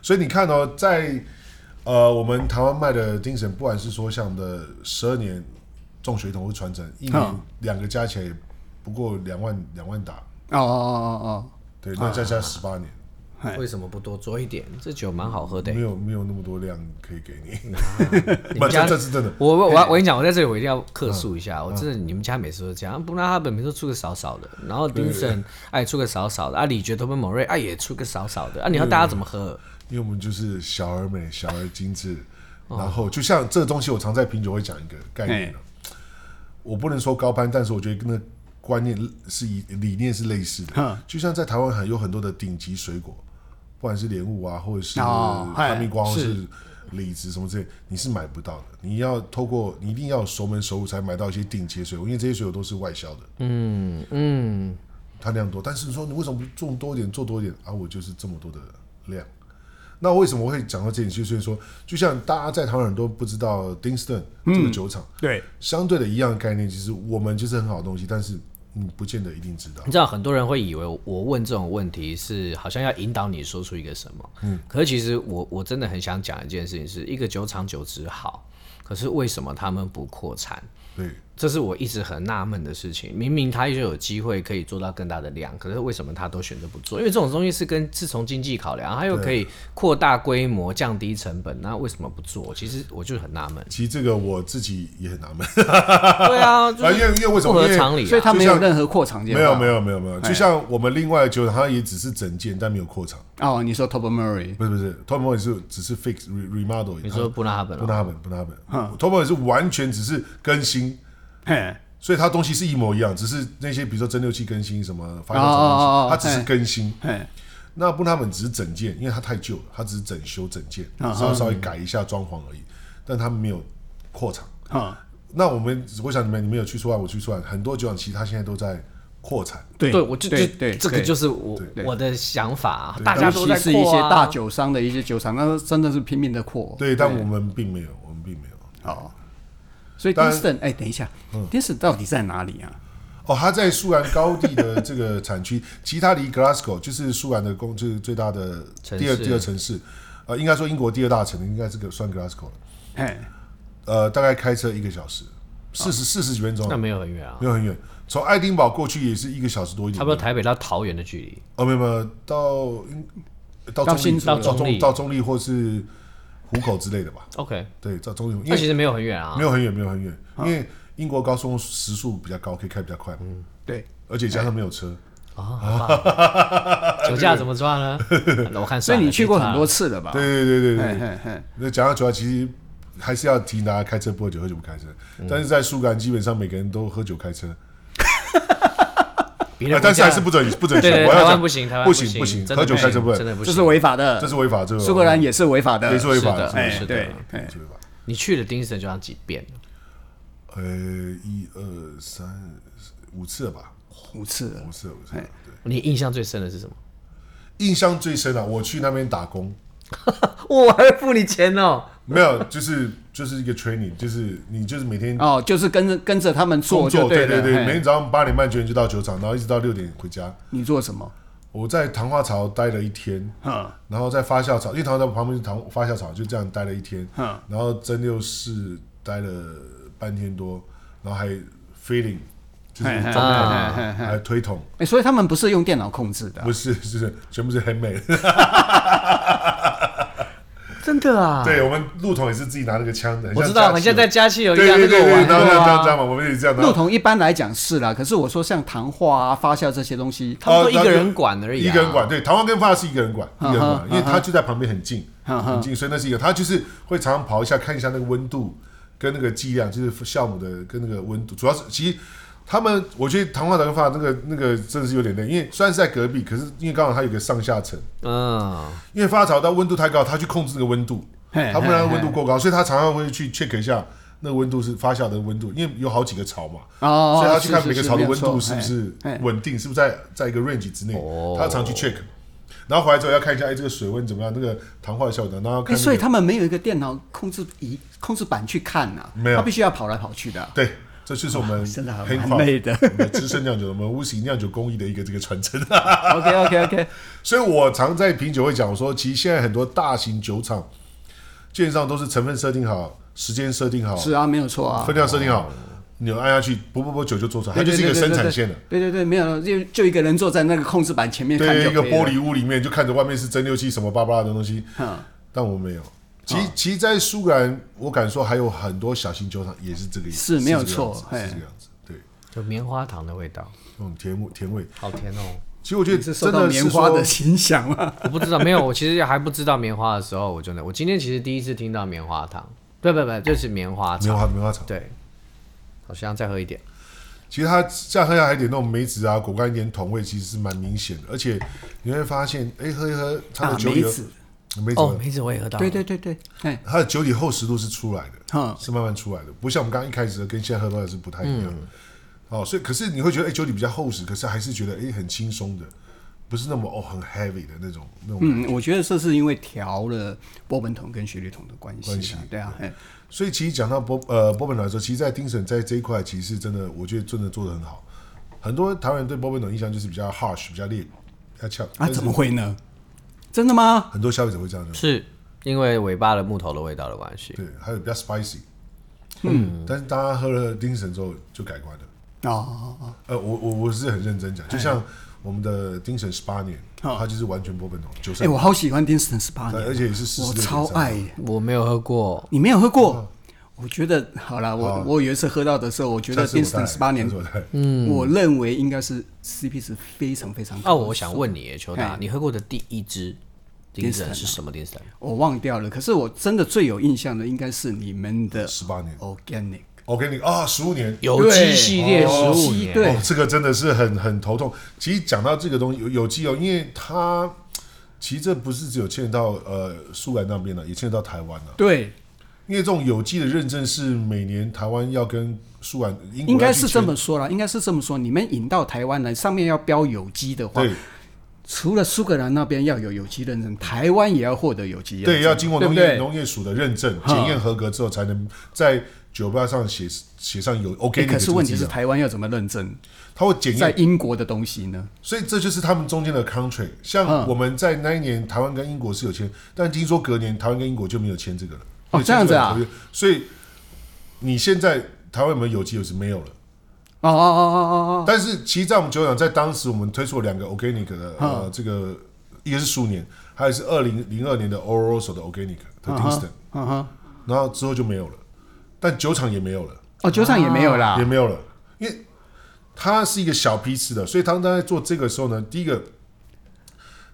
所以你看哦，在呃我们台湾卖的精神，不管是说像的十二年重血统或传承，一年嗯两个加起来也不过两万两万打，哦哦哦对，那再加十八年，哎为什么不多做一点？这酒蛮好喝的没欸。有没有那么多量可以给你， 你们不这家这是真的。我我我我跟你讲，我在这里我一定要客诉一下，我真的你们家每次都这样，不然他本每次都出个少少的，然后丁森哎出个少少的，啊李觉头跟某瑞啊也出个少少的，啊你要大家怎么喝？因为我们就是小而美，小而精致。然后就像这个东西，我常在品酒会讲一个概念啊我不能说高攀，但是我觉得跟那观念是一理念是类似的嗯。就像在台湾很有很多的顶级水果，不管是莲雾啊，或者是哦哎哈密瓜，嗨或是是李子什么之类，你是买不到的。你要透过你一定要熟门熟路才买到一些顶级的水果，因为这些水果都是外销的。嗯嗯，它量多，但是说你为什么不种多一点，做多一点啊？我就是这么多的量。那为什么会讲到这里？就是说，就像大家在台湾很多不知道 Dinston 这个酒厂，对，相对的一样的概念，其实我们就是很好的东西，但是你不见得一定知道你。知道很多人会以为我问这种问题是好像要引导你说出一个什么，嗯，可是其实我我真的很想讲一件事情是，一个酒厂酒质好，可是为什么他们不扩产？对，。这是我一直很纳闷的事情。明明他就有机会可以做到更大的量，可是为什么他都选择不做？因为这种东西是跟是从经济考量，他又可以扩大规模、降低成本，那为什么不做？其实我就很纳闷其实这个我自己也很纳闷， 对啊，就啊，因为是因为为什不么？合因为常理、啊。所以它没有就像任何扩厂计划。没有没有没有没哎有，就像我们另外的酒厂，它也只是整件，但没有扩厂。哦，你说 t o b e Murray 不是不是 t o m o 也是只是 fix re- remodel，你说布纳哈本、不哦，纳本不纳本 t o m o 也是完全只是更新，嘿，所以它东西是一模一样，只是那些比如说蒸馏器更新什么发酵哦哦哦哦它只是更新。嘿，那不他们只是整件，因为它太旧了，它只是整修整件，啊稍稍微改一下装潢而已，但他们没有扩厂。哈，那我们我想你们你们有去出啊来，我去出来，很多酒厂其实它现在都在扩产。对对，我就就对对，这个对就是我我的想法、啊，大家尤都其在是扩啊一些大酒商的一些酒厂，那真的是拼命的扩。对，但我们并没有，我们并没有。哦，所以当然 Dinston，哎，等一下，Dinston 嗯到底在哪里啊？哦，它在苏兰高地的这个产区，其他离 Glasgow 就是苏兰的公，就是最大的城第二市第二城市，呃，应该说英国第二大城，应该这个算 Glasgow 了。嘿，呃，大概开车一个小时，四十四十几分钟那啊，没有很远啊，没有很远。从爱丁堡过去也是一个小时多一点，差不多台北到桃园的距离。哦，没有没有，到应到到中立新竹到中立中到中立或是虎口之类的吧？ OK，对，到中立，因那其为实没有很远啊没。有很远，没有很远，因为英国高速公路时速比较高，可以开比较快嘛，嗯对，而且加上没有车，啊，好棒酒驾怎么抓呢？我看，所以你去过很多，次了吧？对对对对哎嘿，对。嘿嘿，那讲到酒啊，其实还是要提大家开车不喝酒，嗯喝酒不开车。但是在苏格兰，基本上每个人都喝酒开车。别的啊但是还是不准不准对许。对我台要湾讲不行台湾不不行不行，真的喝酒不开车行不真的能，不这行是违法的，这是违法，这是苏格兰也是违法的，也是违法是的这是是的违哎法对这是违法。你去了丁神酒厂几遍了？呃，一二三四五次了吧，五次了五次了，五次了。对，你印象最深的是什么？印象最深啊，我去那边打工，我还会付你钱哦。没有，就是就是一个 training，就是你就是每啊天哦，就是跟着跟着他们做工作，就对了。对，嘿每天早上八点半九点就到酒厂，然后一直到六点回家。你做什么？我在糖化槽待了一天，嗯然后在发酵槽，因为糖化槽旁边是糖发酵槽，就这样待了一天，嗯然后蒸馏室待了半天多，然后还 feeling 就是嘿嘿装桶啊嘿嘿嘿还推桶，哎，所以他们不是用电脑控制的啊不，是是全部是 handmade，啊真的啊？ 对我们路桶也是自己拿那个枪的，我知道，很很像在家汽油对一样，对对那个我玩对，然后这样这过样啊。嘛，我们也这样，然路后筒一般来讲是啦，可是我说像糖化啊、发酵这些东西，他们都哦一个人管而已、啊，啊一个人管，对，台湾跟发是一个人管，一嗯哼个人管，因为嗯哼他就在旁边很近，嗯哼很近，所以那是一个，他就是会常常跑一下，看一下那个温度跟那个剂量，就是酵母的跟那个温度，主要是其实。他们，我觉得糖化糖发那个那个真的是有点累，因为虽然是在隔壁，可是因为刚好它有个上下层，嗯，因为发潮到温度太高，它去控制那个温度，嘿它不能让温度过高，所以它常常会去 check 一下那个温度是发酵的温度，因为有好几个槽嘛，哦，所以他去是看是每个是槽的没有温度错哎是不嘿是嘿稳定，是不是在在一个 range 之内哦，他常去 check，然后回来之后要看一下，哎，这个水温怎么样，那个糖化的效果，然后哎、看那个、所以他们没有一个电脑控制仪、控制板去看呐、啊，没有他必须要跑来跑去的啊、对，这就是我们真的还 Hancock 蛮累 的。我们资深酿酒，我们乌喜酿酒工艺的一个这个传承。啊 OK OK OK， 所以我常在品酒会讲，我说其实现在很多大型酒厂，基本上都是成分设定好，时间设定好，是啊，没有错啊分。量设定好，你按下去，不不不，酒就做出来，它对就是一个生产线的。。对对对对对对对，没有，就就一个人坐在那个控制板前面看对，就一个可以了玻。璃屋里面就看着外面是蒸馏器什么巴巴拉的东西，嗯，哦但我没有。其其实在苏格兰，我敢说还有很多小型酒厂也是这个意思，是没有这个样错子嘿是这个样子。对，有棉花糖的味道，那种甜味甜味，好甜哦。其实我觉你得是受真到的棉是花的说，影响啊吗？我不知道，没有，我其实还不知道棉花的时候，我真的，我今天其实第一次听到棉花糖，对不不，就是棉花 棉糖，花棉花厂，对，好像再喝一点，其实它这样喝下来一点那种梅子啊、果干一点桶味，其实是蛮明显的。而且你会发现，哎，喝一喝它啊的，酒梅里子，有梅子哦，味，梅子我也喝到，对，对对对，哎，它的酒里厚实度是出来的。嗯，是慢慢出来的，不像我们刚刚一开始的跟现在喝到的是不太一样的。嗯哦，所以可是你会觉得，哎、酒里比较厚实，可是还是觉得，哎、很轻松的，不是那么哦很 heavy 的那种那种。嗯，我觉得这是因为调了波本桶跟雪莉桶的关系关系啊，对啊，哎，所以其实讲到波呃波本来说，其实，在丁审在这一块，其实真的，我觉得真的做的很好。很多台湾人对波本的印象就是比较 harsh，比较烈，比较呛。啊，怎么？会呢？真的吗？很多消费者会这样认为。是因为尾巴的木头的味道的关系，对，还有比较 spicy。嗯，但是大家喝了丁审之后就改观了。哦哦，哦呃，我我我是很认真哎讲，就像我们的丁审十八年，他就是完全波本桶，九哦哎，三我好喜欢 Dinston 十八对年，而且也是46我点三超爱耶。我没有喝过，你没有喝过？我觉得好啦，我、好我有一次喝到的时候，我觉得哦下次我 Dinston 带十八年下次，我带嗯，我认为应该是 CP 值非常非常高。哦，我想问你，邱达，嘿你喝过的第一支丁神是什么丁神？我忘掉了，可是我真的最有印象的应该是你们的十八哦年， Organic，我给你啊，十五年。有机系列十五年，对哦，这个真的是很很头痛。其实讲到这个东西有有机哦，因为它其实这不是只有牵扯到呃苏格兰那边了，也牵扯到台湾了。对，因为这种有机的认证是每年台湾要跟苏格兰、英国应该要去是这签么说啦，应该是这么说。你们引到台湾来，上面要标有机的话，对除了苏格兰那边要有有机认证，台湾也要获得有机认证，对，要经过对农不业对哎农业署的认证哈检验合格之后，才能在酒标上写写上有 OK 诶的。可是问题是，台湾要怎么认证它会检在验英国的东西呢？所以这就是他们中间的 country。嗯像我们在那一年，台湾跟英国是有签，但听说隔年台湾跟英国就没有签这个了。哦这样子啊！所以你现在台湾有没有有机有是没有了。哦哦哦哦哦哦，但是其实，在我们酒厂，在当时我们推出了两个 organic 的呃，这个一个是苏年，还有是二零零二年的 Oroso 的 organic 的 Dinston，、嗯哼。然后之后就没有了，但酒厂也没有了。哦，酒厂也没有啦也。没有了，因为它是一个小批次的，所以他们在做这个时候呢，第一个，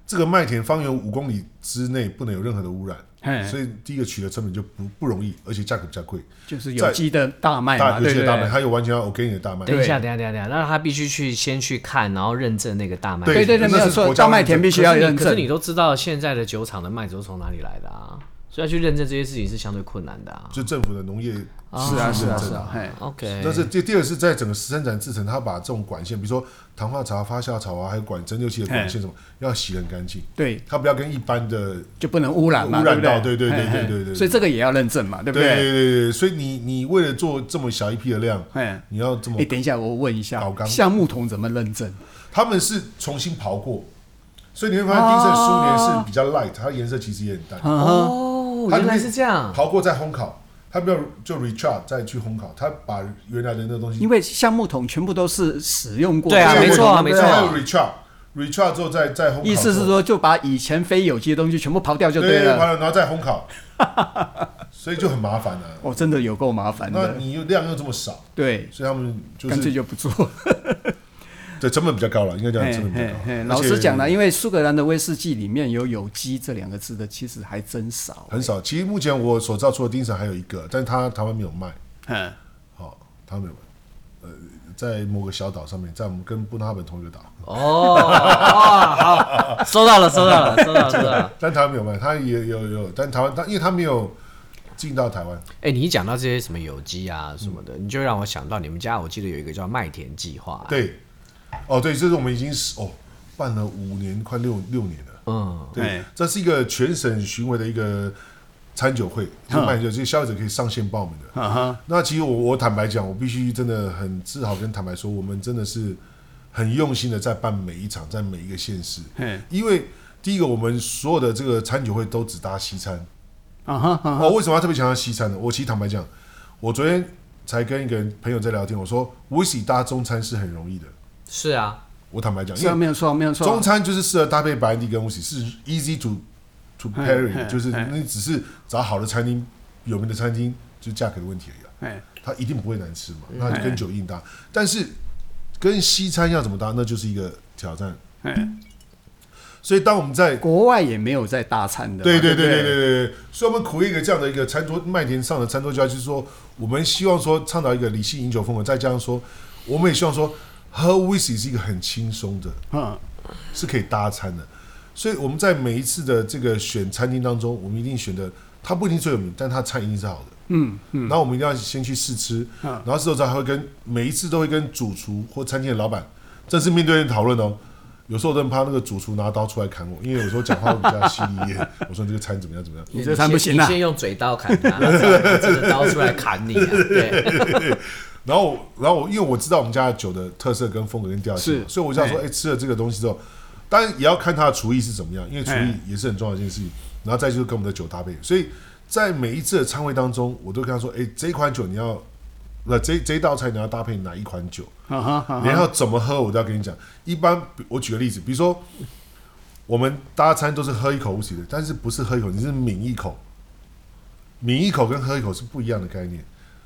这个麦田方圆五公里之内不能有任何的污染，嘿所以第一个取得成本就不不容易，而且价格比较贵。就是有机的大麦大嘛，有对些哎对大麦，对，它有完全 organic 的大麦，等一下，等一下，等一下，等一下，那他必须去先去看，然后认证那个大麦。对对对对，那没是有错，国家大麦认证田必须要认可是证你。都知道现在的酒厂的麦子都从哪里来的啊，所以要去认证这些事情是相对困难的啊。就政府的农业是啊是啊是啊，嘿， OK，但是第第二是在整个生产制程，它把这种管线，比如说糖化槽、发酵槽啊，还有管蒸馏器的管线什么，要洗得很干净，对，它不要跟一般的就不能污染嘛，污染到对不对对对嘿嘿对对对所以这个也要认证嘛，对不对对？对对，所以你你为了做这么小一批的量，哎，你要这么哎，，等一下，我问一下搞，钢橡木桶怎么认证？他们是重新刨过，所以你会发现冰镇苏联是比较 light，它的颜色其实也很淡，啊，哦，它原来里面是这样。刨过再烘烤，它不要就 recharge 再去烘烤，它把原来的那个东西因为橡木桶全部都是使用过的，对啊对没错啊我没错还有啊 recharge，recharge 之后再再烘烤，意思是。说就把以前非有机的东西全部刨掉就对了。完了然后再烘烤，所以就很麻烦了、哦，真的有够麻烦那的，你又量又这么少，对，所以他们就干脆是就不做。对成本比较高了，应该讲嘿成本比较嘿嘿高。老而且实讲呢，因为苏格兰的威士忌里面有“有机”这两个字的，其实还真少。很少。其实目前我所知道，除了丁神还有一个，但是他台湾没有卖，嗯，好、他没有卖。呃，在某个小岛上面，在我们跟布纳本同一个岛，哦，哇，好，收到了，收到了，收到了，收到了。但台湾没有卖，他也有有，有但台湾他因为他没有进到台湾， 哎、你一讲到这些什么有机啊什么的，你就让我想到你们家，我记得有一个叫麦田计划、，对，哦对，这是我们已经是哦办了五年，快六六年了。嗯，对哎，这是一个全省巡回的一个餐酒会，就嗯卖酒，这些消费者可以上线报名的。哈啊哈，那其实我我坦白讲，我必须真的很自豪跟坦白说，我们真的是很用心的在办每一场，在每一个县市，嘿，因为。第一个，我们所有的这个餐酒会都只搭西餐。啊哈哈哈，哦，为什么要特别强调西餐呢？我其实坦白讲，我昨天才跟一个人朋友在聊天，我说 whisky 搭中餐是很容易的。是啊，我坦白讲，因是为啊，没有错，没有中错。餐就是适合搭配白兰地跟 whisky，是 easy to to 嗯 pairing，嗯就是嗯你只是找好的餐厅、有名的餐厅，就价格的问题而已、啊。哎，它一定不会难吃嘛，那就跟酒硬搭。但是跟西餐要怎么搭，那就是一个挑战。哎，所以当我们在国外也没有在大餐的嘛，对对对对对不对对对，所以我们苦一个这样的一个餐桌麦田上的餐桌教育，就是说我们希望说倡导一个理性饮酒风格，再加上说我们也希望说喝 whisky 是一个很轻松的，嗯，是可以搭餐的。所以我们在每一次的这个选餐厅当中，我们一定选的它不一定最有名，但它餐一定是好的。嗯嗯，然后我们一定要先去试吃，嗯然后事后才会跟每一次都会跟主厨或餐厅的老板正式面对面讨论哦。有时候我都很怕那个主厨拿刀出来砍我，因为有时候讲话会比较犀 利一点。我说你这个餐怎么样怎么样？你这餐不行你啊先你先用嘴刀砍他，然后拿真的刀出来砍 你啊！对，然后，然后我因为我知道我们家的酒的特色跟风格跟调性嘛，是所以我就想说，哎哎，吃了这个东西之后，当然也要看他的厨艺是怎么样，因为厨哎艺也是很重要的一件事情。然后再就是跟我们的酒搭配，所以在每一次的餐会当中，我都跟他说，哎，这款酒你要，那这这道菜你要搭配哪一款酒？啊哈哈哈你哈，要怎么喝，我都要跟你讲。一般比我举个例子，比如说我们搭餐都是喝一口无锡的，但是不是喝一口，你是抿一口，抿一口跟喝一口是不一样的概念。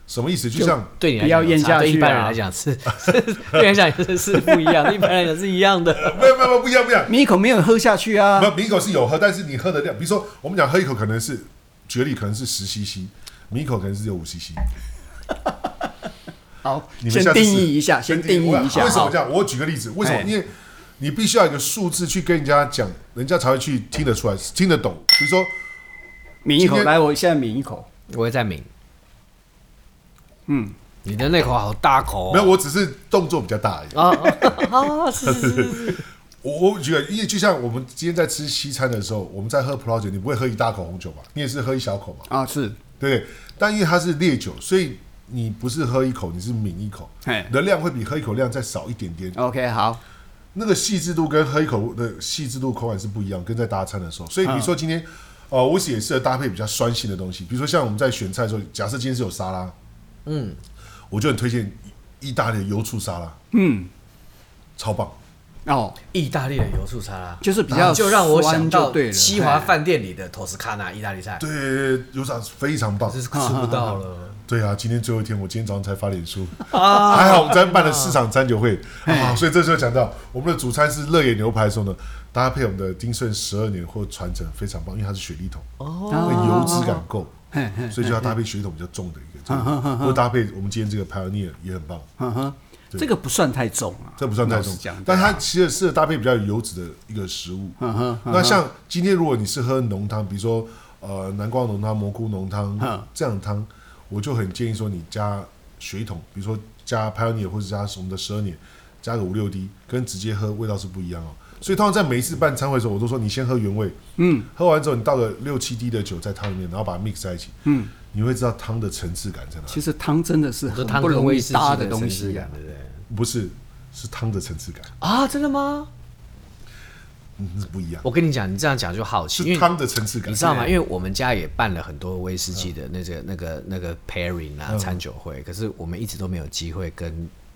什么意思？就像对你来不要讲咽下对去一般人啊来讲是， 是对你来讲是是不一样，对一般人来讲是一样的。没有没有没有不一样不一样，你一口没有喝下去啊没，有抿一口是有喝，但是你喝的量，比如说我们讲喝一口可能是举个例，可能是十 CC，抿一口可能是有五 CC。好，你们先下次定试义一下，先定义一下，为什么好这样？我举个例子，为什么？哎因为你必须要有一个数字去跟人家讲，人家才会去听得出来、听得懂。比如说。抿一口，今天来，我现在抿一口，我会在抿，嗯，你的那口好大口、哦，没有，我只是动作比较大而已。啊啊，是是是是是，我我举个，因为就像我们今天在吃西餐的时候，我们在喝葡萄酒，你不会喝一大口红酒吧？你也是喝一小口嘛，啊，是，对不对？但因为它是烈酒，所以你不是喝一口，你是抿一口，嘿哦你的量会比喝一口量再少一点点。 ，OK，好，那个细致度跟喝一口的细致度口感是不一样，跟在搭餐的时候。所以比如嗯说今天，呃，我也适合搭配比较酸性的东西，比如说像我们在选菜的时候，假设今天是有沙拉，嗯，我就很推荐意大利的油醋沙拉，嗯，超棒。哦，意大利的油醋沙拉，就是比较就让我想酸就到对了哎西华饭店里的托斯卡纳意大利菜，对，油炸非常棒，嗯 这是吃不到了。对啊，今天最后一天，我今天早上才发脸书，啊、还好我们昨天办了市场餐酒会啊，所以这时候讲到我们的主餐是乐野牛排的时候呢，搭配我们的丁顺十二年或传承非常棒，因为它是雪利桶，哦，油脂感够，所以就要搭配雪利桶比较重的一个， 或搭配我们今天这个 Pioneer 也很棒，嗯这个不算太重啊，这不算太重老实讲，但它其实适合搭配比较有油脂的一个食物。那像今天如果你是喝浓汤，比如说呃南瓜浓汤、蘑菇浓汤嗯这样的汤，我就很建议说你加水桶，比如说加 Pioneer 或者加我们的十二年，加个五六滴，跟直接喝味道是不一样哦。所以通常在每一次办餐会的时候，我都说你先喝原味，嗯，喝完之后你倒个六七滴的酒在汤里面，然后把它 mix 在一起，嗯，你会知道汤的层次感在哪里。啊其实汤真的是这很汤不跟容威易士忌搭的东层次西啊感，。对不对？不是，是汤的层次感，啊，真的吗？嗯，是不一样。我跟你讲，你这样讲就好奇，因是为汤的层次感，你知道吗？因为我们家也办了很多威士忌的那个、那个、那个 pairing 嗯啊、餐酒会，可是我们一直都没有机会跟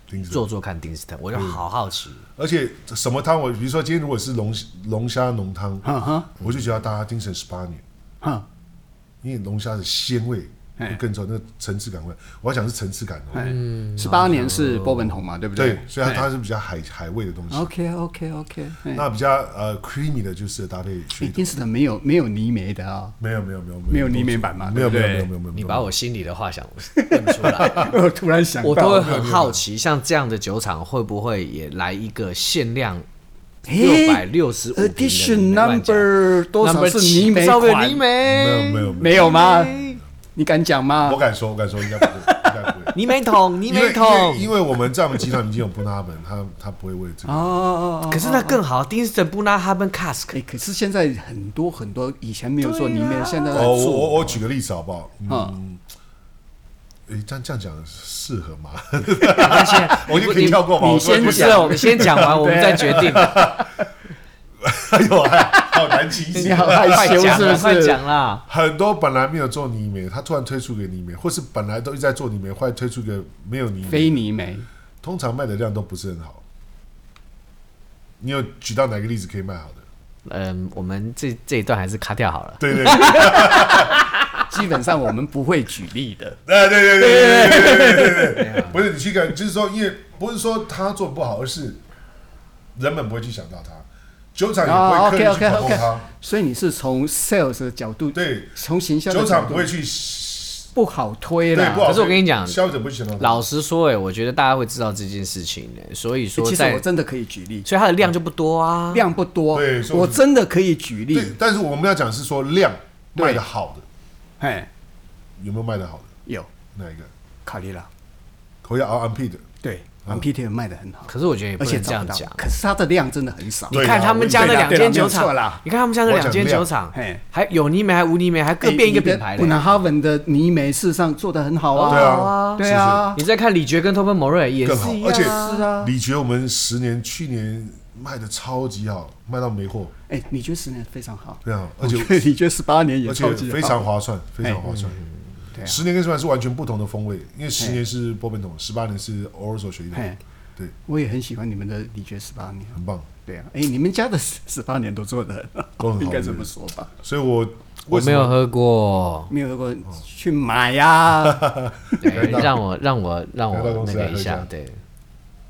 丁字做做看丁斯顿，我就好好奇。嗯而且什么汤我，比如说今天如果是龙龙虾浓汤，哈哈，我就觉得大家精神十八年，哈，因为龙虾的鲜味会更重，那个层次感会。我要讲是层次感哦，嗯十八年是哦波本红嘛，哎对不对，所以它它是比较海海味的东西。 OK OK OK，那比较呃 creamy 的，就是搭配水哎一桶。定是的，没有没有泥煤的啊，没有没有没有没有泥煤版嘛没有没对有不没对有没有没有，你把我心里的话 想 问出来，啊我突然想我都会很好奇，像这样的酒厂会不会也来一个限量六百六十五瓶的 Edition 你乱讲 number 多少 number 是七泥煤稍微款泥煤，没有没有没有吗？你敢讲吗我？敢说我敢说应该不会，应该 不会。泥煤桶，泥因煤为因为桶。因为我们在我们集团已经有布纳本，他他不会为这个哦哦哦可是那更好，丁斯顿不拿他们 cask，哎，可是现在很多很多以前没有做泥煤，现在在哦，我我做。我举个例子好不好？嗯，诶，这样这样讲适合吗？ 我就可以跳过吧。你我说先就不是啊是，我们先讲完，我们再决定。哎呦，哎好难清晰你。好害快羞讲是啦，不快是？讲啦！很多本来没有做泥煤，他突然推出个泥煤，或是本来都一直在做泥煤，后来推出个没有泥非煤，泥煤，通常卖的量都不是很好。你有举到哪个例子可以卖好的？嗯，我们这这一段还是卡掉好了。对对对基本上我们不会举例 的。哎对对对对对对对对对，不是你去看，就是说，因为不是说他做不好，而是人们不会去想到他，酒厂也啊哎不会刻意去 OK，OK，OK 捧红他。所以你是从 sales 的角度，对，从行销的酒角厂度不会去，不好推对，啦。不好。可是我跟你讲消费者不会去想到他老实说，哎，我觉得大家会知道这件事情的，所以欸说其实在我，真的可以举例，所以它的量就不多啊。量不多，对所以我我真的可以举例对。，但是我们要讲是说量对卖的好的哎，有没有卖的好的有哪一个？卡利拉，口味 R M P 的，对，哦蓝 P T 卖的很好，可是我觉得也不而且能这找样不到讲。可是它的量真的很少。你对啊看他们家那两间酒厂对啦，你看他们家那两间酒厂我讲量哎嘿，还有泥煤，还无泥煤，还各变一个品牌布嘞。南哈文的泥煤事实上做的很好哦啊，对好啊啊，对啊，你再看李觉跟托本摩瑞也更是好一，而且样啊。是啊李觉我们十年去年卖的超级好，卖到没货，哎，你觉得十年非常好，非常啊好，而且你觉得十八年也而超且级好非常划算，非常哎划算。对啊哎十年跟十万是完全不同的风味，因为十年是波本桶，十八年是 o r a 雪莉桶嘿，对，我也很喜欢你们的李觉十八年。很棒。对啊，哎，你们家的十八年都做的很都好，很好应该这么说吧？所以我我为没什有么喝过，没有喝过去买呀，对让我让我让回到我公那司个来一喝一下下，对。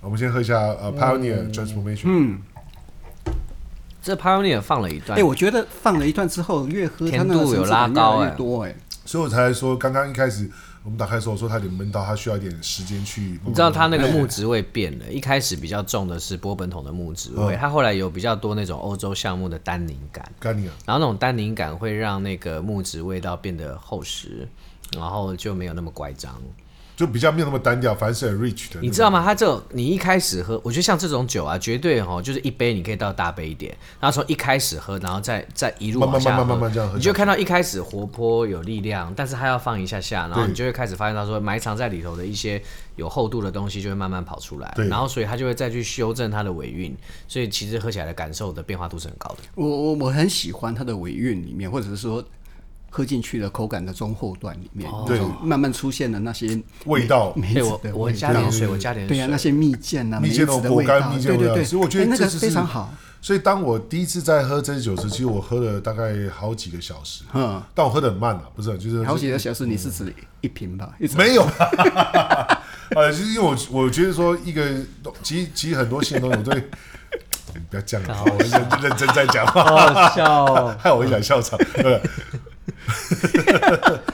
我们先喝一下呃 Pioneer Transformation，嗯，这 Pioneer 放了一段，哎，我觉得放了一段之后，越喝它甜那个度有层次拉感高越来哎越多哎。所以我才说刚刚一开始我们打开的时候我说它有点闷到，它需要一点时间去。你知道它那个木质味变了，一开始比较重的是波本桶的木质嗯味，它后来有比较多那种欧洲橡木的单宁感，干你啊，然后那种单宁感会让那个木质味道变得厚实，然后就没有那么乖张。就比较没有那么单调，反而是很 rich 的。你知道吗？它这种你一开始喝，我觉得像这种酒啊，绝对哦，就是一杯你可以倒大杯一点，然后从一开始喝，然后再再一路慢慢往下喝慢慢慢慢这样喝你就看到一开始活泼有力量，但是它要放一下下，然后你就会开始发现到说埋藏在里头的一些有厚度的东西就会慢慢跑出来，对然后所以它就会再去修正它的尾韵，所以其实喝起来的感受的变化度是很高的。我我我很喜欢它的尾韵里面，或者是说喝进去的口感的中后段里面，对那种慢慢出现了那些味道梅对梅我子的我味加道点。水，我加点水，对呀、那些蜜饯啊，蜜饯梅子的的果味干道，蜜饯对味对道对，所以我觉得哎那个这就是非常好。所以当我第一次在喝这支酒时，其实我喝了大概好几个小时，嗯，但我喝的很慢啊，不是，就是好几个小时，你是指一瓶吧？一整没有， 呃，就是因为我我觉得说一个，其实其实很多新的东西，我对，你不要这样啊，我认认真在讲话，好好笑 哦。害我一想 笑场。呃对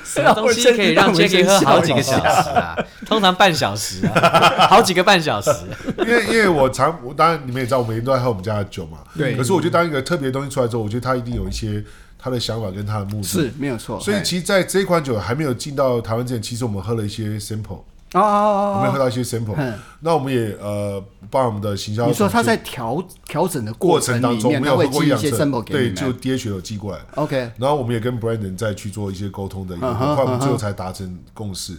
什么东西可以让 Jacky 喝好几个小时啊？通常半小时啊，好几个半 小时。因为因为我常，我当然你们也知道，我每天都在喝我们家的酒嘛。对可是我觉得当一个特别的东西出来之后，我觉得他一定有一些他的想法跟他的目的。是。没有错。所以嘿其实，在这款酒还没有进到台湾之前，其实我们喝了一些 sample，啊啊啊我们啊喝啊，到一些 sample 嗯。那我们也呃，帮我们的行销。你说他在调调整的过程程当里中面，没他有喝会过寄一养些成 sample，给对，你就们。爹学有寄过来。 OK 然后我们也跟 Brandon 再去做一些沟通的，嗯哼后来我们嗯哼最后才达成共识。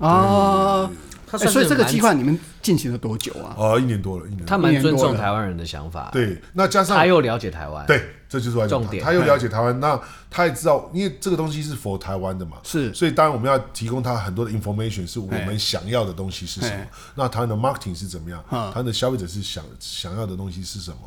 啊，他哎所以这个计划你们进行了多久啊？哦，一年多了，一年嗯多他了。蛮尊重台湾人的想法，对，那加上他又了解台湾，，对，这就是我要讲重点他又了解台湾，那他也知道，因为这个东西是否台湾的嘛，是所以当然我们要提供他很多的 information，是我们想要的东西是什么哎，那台湾的 marketing 是怎么样，嗯台湾的消费者是想想要的东西是什么，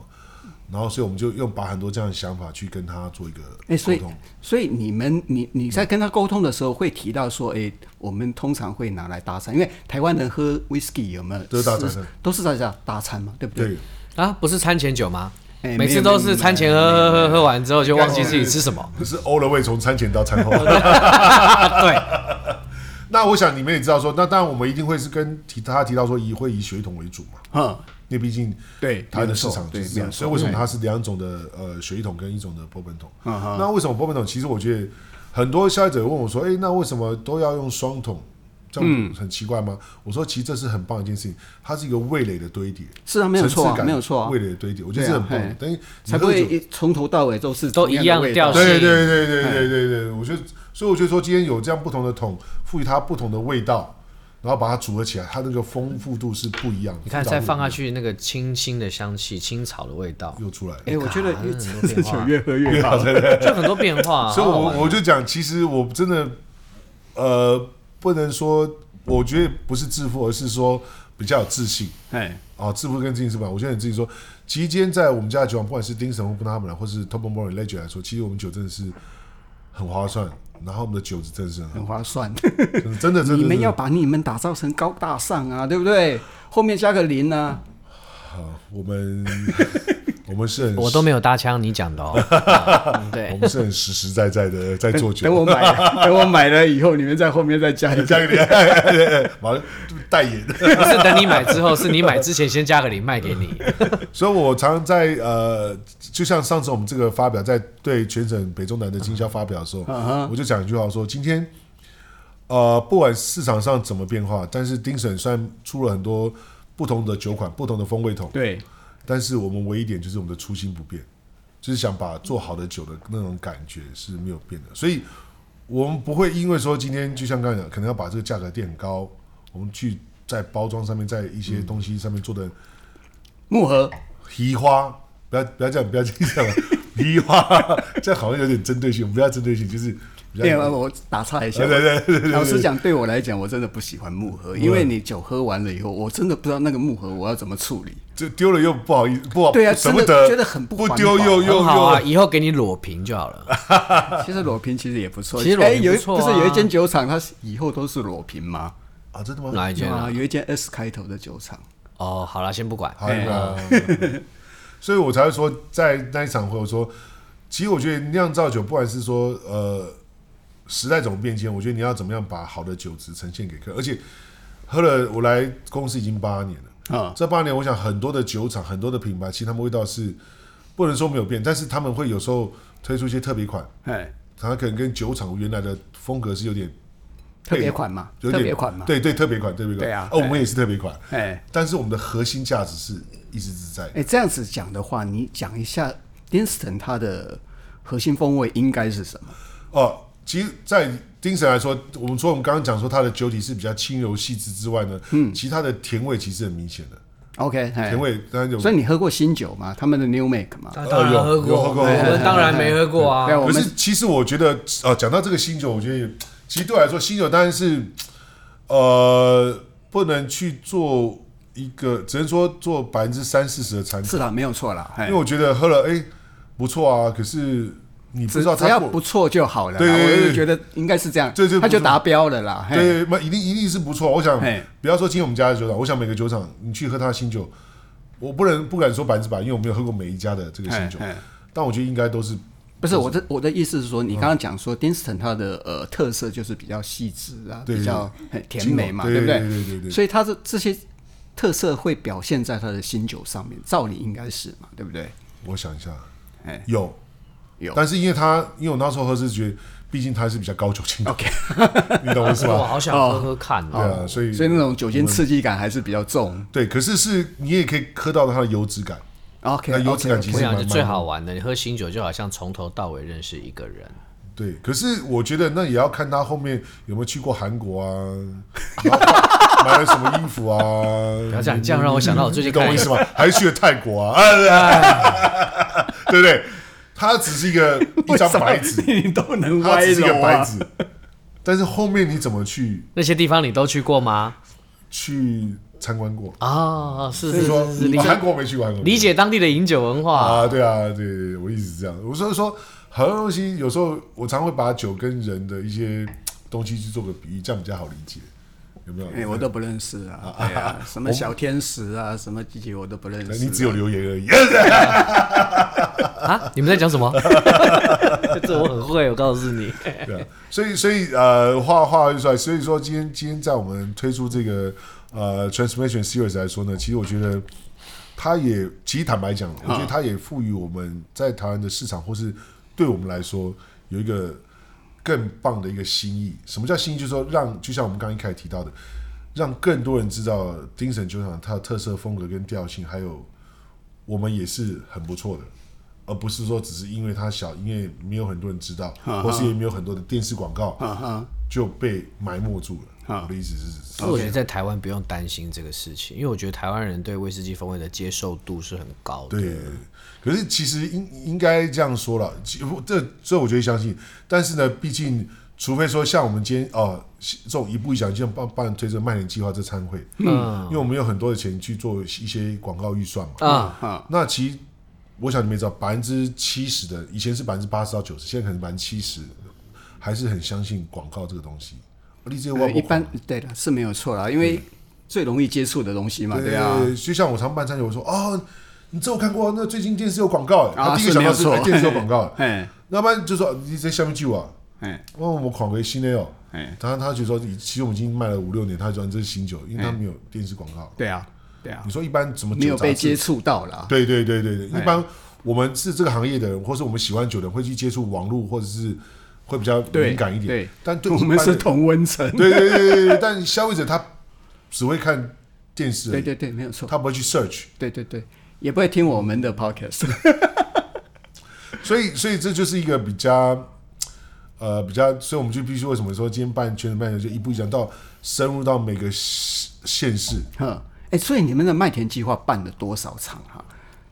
然后所以我们就用把很多这样的想法去跟他做一个哎，所沟以通。所以你们你你在跟他沟通的时候会提到说，哎，我们通常会拿来搭餐，因为台湾人喝 whisky 有没有都是搭餐的都是在这搭餐嘛，对不对对？，啊，不是餐前酒吗？哎每次都是餐前喝喝喝喝完之后就忘记自己吃什么，是欧了味从餐前到 餐后。对， 那我想你们也知道说，那当然我们一定会是跟提他提到说以会以血统为主嘛，嗯，因为毕竟对台湾的市场就对是，这没有样，错所以为什么它是两种的呃血一桶跟一种的波本桶？嗯哼那为什么波本桶？其实我觉得很多消费者问我说，哎、那为什么都要用双桶？这嗯样很奇怪吗？我说，其实这是很棒的一件事情，它是一个味蕾的堆叠，是啊，没有错层啊，次感没有错啊味，蕾的堆叠，我觉得这对啊很棒的嘿。等于你才不喝会酒一从头到尾都是都同一样的味调道性对对对对哎对对对，我觉得，所以我觉得说，今天有这样不同的桶，赋予它不同的味道，然后把它组合起来，它那个丰富度是不一样的。你看复杂再度放下去那个清新的香气、青草的味道，又出来了。哎，我觉 得嘎那很多变这酒化，越喝越好，就很多变化啊。 所以好好我玩我就讲，其实我真的，呃，不能说，我觉得不是自负，而是说比较有自信哎，啊。自负跟自信是吧？我现在很自信说，其实今天在我们家的酒厂，不管是丁神或布拉姆或是 Top m o r n Ledger 来说，其实我们酒真的是很划算，然后我们的酒质真的是很很划算。好，真的真的真的。你们要把你们打造成高大上啊，对不对？后面加个零啊，好，我们我们是很我都没有搭腔，你讲的 哦。啊嗯我对，们是很实实在在的在做等酒。我买了，等我买了以后，你们在后面再加一加个。个脸， 马上代言。 不是等你买之后，是你买之前先加个零卖给 你。所以我常常在呃，就像上次我们这个发表在对全省北中南的经销发表的时候，嗯哼我就讲一句话说，今天呃，不管市场上怎么变化，但是丁沈虽然出了很多不同的酒款、不同的风味桶，对，但是我们唯一一点就是我们的初心不变，就是想把做好的酒的那种感觉是没有变的，所以我们不会因为说今天就像刚才讲，可能要把这个价格垫高，我们去在包装上面，在一些东西上面做的木盒提花，不要不要这样，不要这样， 提花，这样好像有点针对性，我们不要针对性，就是比较对，哎我打岔一下。对对对老实讲，对我来讲，我真的不喜欢木盒，因为你酒喝完了以后，我真的不知道那个木盒我要怎么处理。就丢了又不好意思，不好对啊舍不真的得，觉得很不不环丢保又又很又好啊，以后给你裸屏就好了。其实裸瓶其实也不错，其实裸哎瓶有一不错啊是有一间酒厂，它是以后都是裸瓶吗？啊，真的吗？哪一间啊啊，？有一间 S 开头的酒厂，哦，好了，先不管。哎还有啊， 所以我才会说，在那一场会我说，其实我觉得酿造酒，不管是说呃时代怎么变迁，我觉得你要怎么样把好的酒质呈现给客人，而且喝了我来公司已经八年了，啊这八年我想很多的酒厂、很多的品牌，其实他们味道是不能说没有变，但是他们会有时候推出一些特别款，哎，它可能跟酒厂原来的风格是有点特别款嘛，有特点别款嘛，对对，特别款，特别款，对啊哦，我对们也是特别款，哎但是我们的核心价值是一直是在的。哎，这样子讲的话，你讲一下 Dinston 它的核心风味应该是什么？哦，其实，在精神来说，我们说我们刚刚讲说它的酒体是比较轻柔细致之外呢，嗯，其实它的甜味其实很明显的， OK，哎甜味当然有，所以你喝过新酒吗？他们的 New Make 吗？啊当然有喝过，哎有喝过哎我们当然没喝过啊对，。我可们是其实我觉得啊，讲到这个新酒，我觉得也其实对我来说，新酒当然是呃不能去做一个，只能说做百分之三四十的参考，是啦，没有错啦，因哎为我觉得喝了哎不错啊，可是你不只知道只它要过不错就好了啦。对对对我就对觉得应该是这样对对，他就不错达标了啦。嘿对，那一定一定是不错。我想嘿不要说今天我们家的酒厂，我想每个酒厂你去喝它的新酒，我不能不敢说百分之百，因为我没有喝过每一家的这个新酒嘿嘿，但我觉得应该都是不是我的我的意思是说，你刚刚讲说 Dinston 它的呃特色就是比较细致啊，对比较嘿甜精华美嘛，对不对对对对所以它的这些特色会表现在它的新酒上面，照理应该是嘛，对不对？我想一下哎，有有但是因为它因为我那时候喝是觉得，毕竟它是比较高酒精的 OK 你懂我意思我 吧？好想喝喝看对哦。啊，所以所以那种酒精刺激感还是比较重。对，可是是你也可以喝到它的油脂感， OK，那油脂感 OK，其我实想蛮就蛮最好玩的，你喝新酒就好像从头到尾认识一个人。对，可是我觉得那也要看他后面有没有去过韩国啊， 然后买了什么衣服啊。不要这样，你这样让我想到我最你近懂看我了意一思吗？还去了泰 国啊，啊对不对？他只是 一个一张白纸，为什么 你都能他歪只是一个楼白啊！纸，但是后面你怎么去那些地方你都去过吗？去参观过？啊，是就是是说是是，理啊解韩国没去过，韩国没去过理解当地的饮酒文化。啊，对啊，对对对，我一直这样。我所以说，很多东西有时候我常会把酒跟人的一些东西去做个比喻，这样比较好理解，有没有？哎，我都不认识啊，哎呀，什么小天使啊，什么季节我都不认识啊。你只有留言而已。啊！你们在讲什么？ 这我很会，我告诉你。 对啊，所以所以呃，话话又出来，所以说今天今天在我们推出这个呃 transformation series 来说呢，其实我觉得它也其实坦白啊讲，我觉得它也赋予我们在台湾的市场，或是对我们来说有一个更棒的一个新意。什么叫新意？就是说让，就像我们刚刚一开始提到的，让更多人知道丁神酒厂它的特色风格跟调性，还有我们也是很不啊错的。而不是说只是因为它小，因为没有很多人知道，或是也没有很多的电视广告啊哈，就被埋没住了。啊我的意思是，我觉得在台湾不用担心这个事情，因为我觉得台湾人对威士忌风味的接受度是很高的。对。可是其实应应该这样说了，其这这我觉得相信。但是呢，毕竟除非说像我们今天啊、呃这种一步一脚印，像帮帮人推这个卖点计划这参会，嗯，因为我们有很多的钱去做一些广告预算嘛，啊，啊，那其实我想你们也知道，百分之七十的以前是百分之八十到九十，现在可能百分之七十，还是很相信广告这个东西。你这个呃我嗯一般对的是没有错啦，因为最容易接触的东西嘛，对啊，就像我常办餐酒，我说哦，你这我看过，那最近电视有广告，啊他第一个想到是是没有错哎 电视有广告，哎要不然就说你在下面剧啊，哎哦，我们广为新的哦。哎，他他就说，其实我们已经卖了五六年，他就说你这是新酒，因为他没有电视广告。对啊，对啊你，说一般怎么酒没有被杂志接触到啦。对对对对对，一般我们是这个行业的人，或是我们喜欢酒的人，会去接触网络，或者是会比较敏感一点。对，但对我一们般是的同温层。对对对对对，但消费者他只会看电视对而已，对对，没有错。他不会去 search，对对对，也不会听我们的 podcast。所以所以这就是一个比较。呃，比较，所以我们就必须为什么说今天办全程办就一步一脚到深入到每个县市，呵，哎，所以你们的麦田计划办了多少场哈、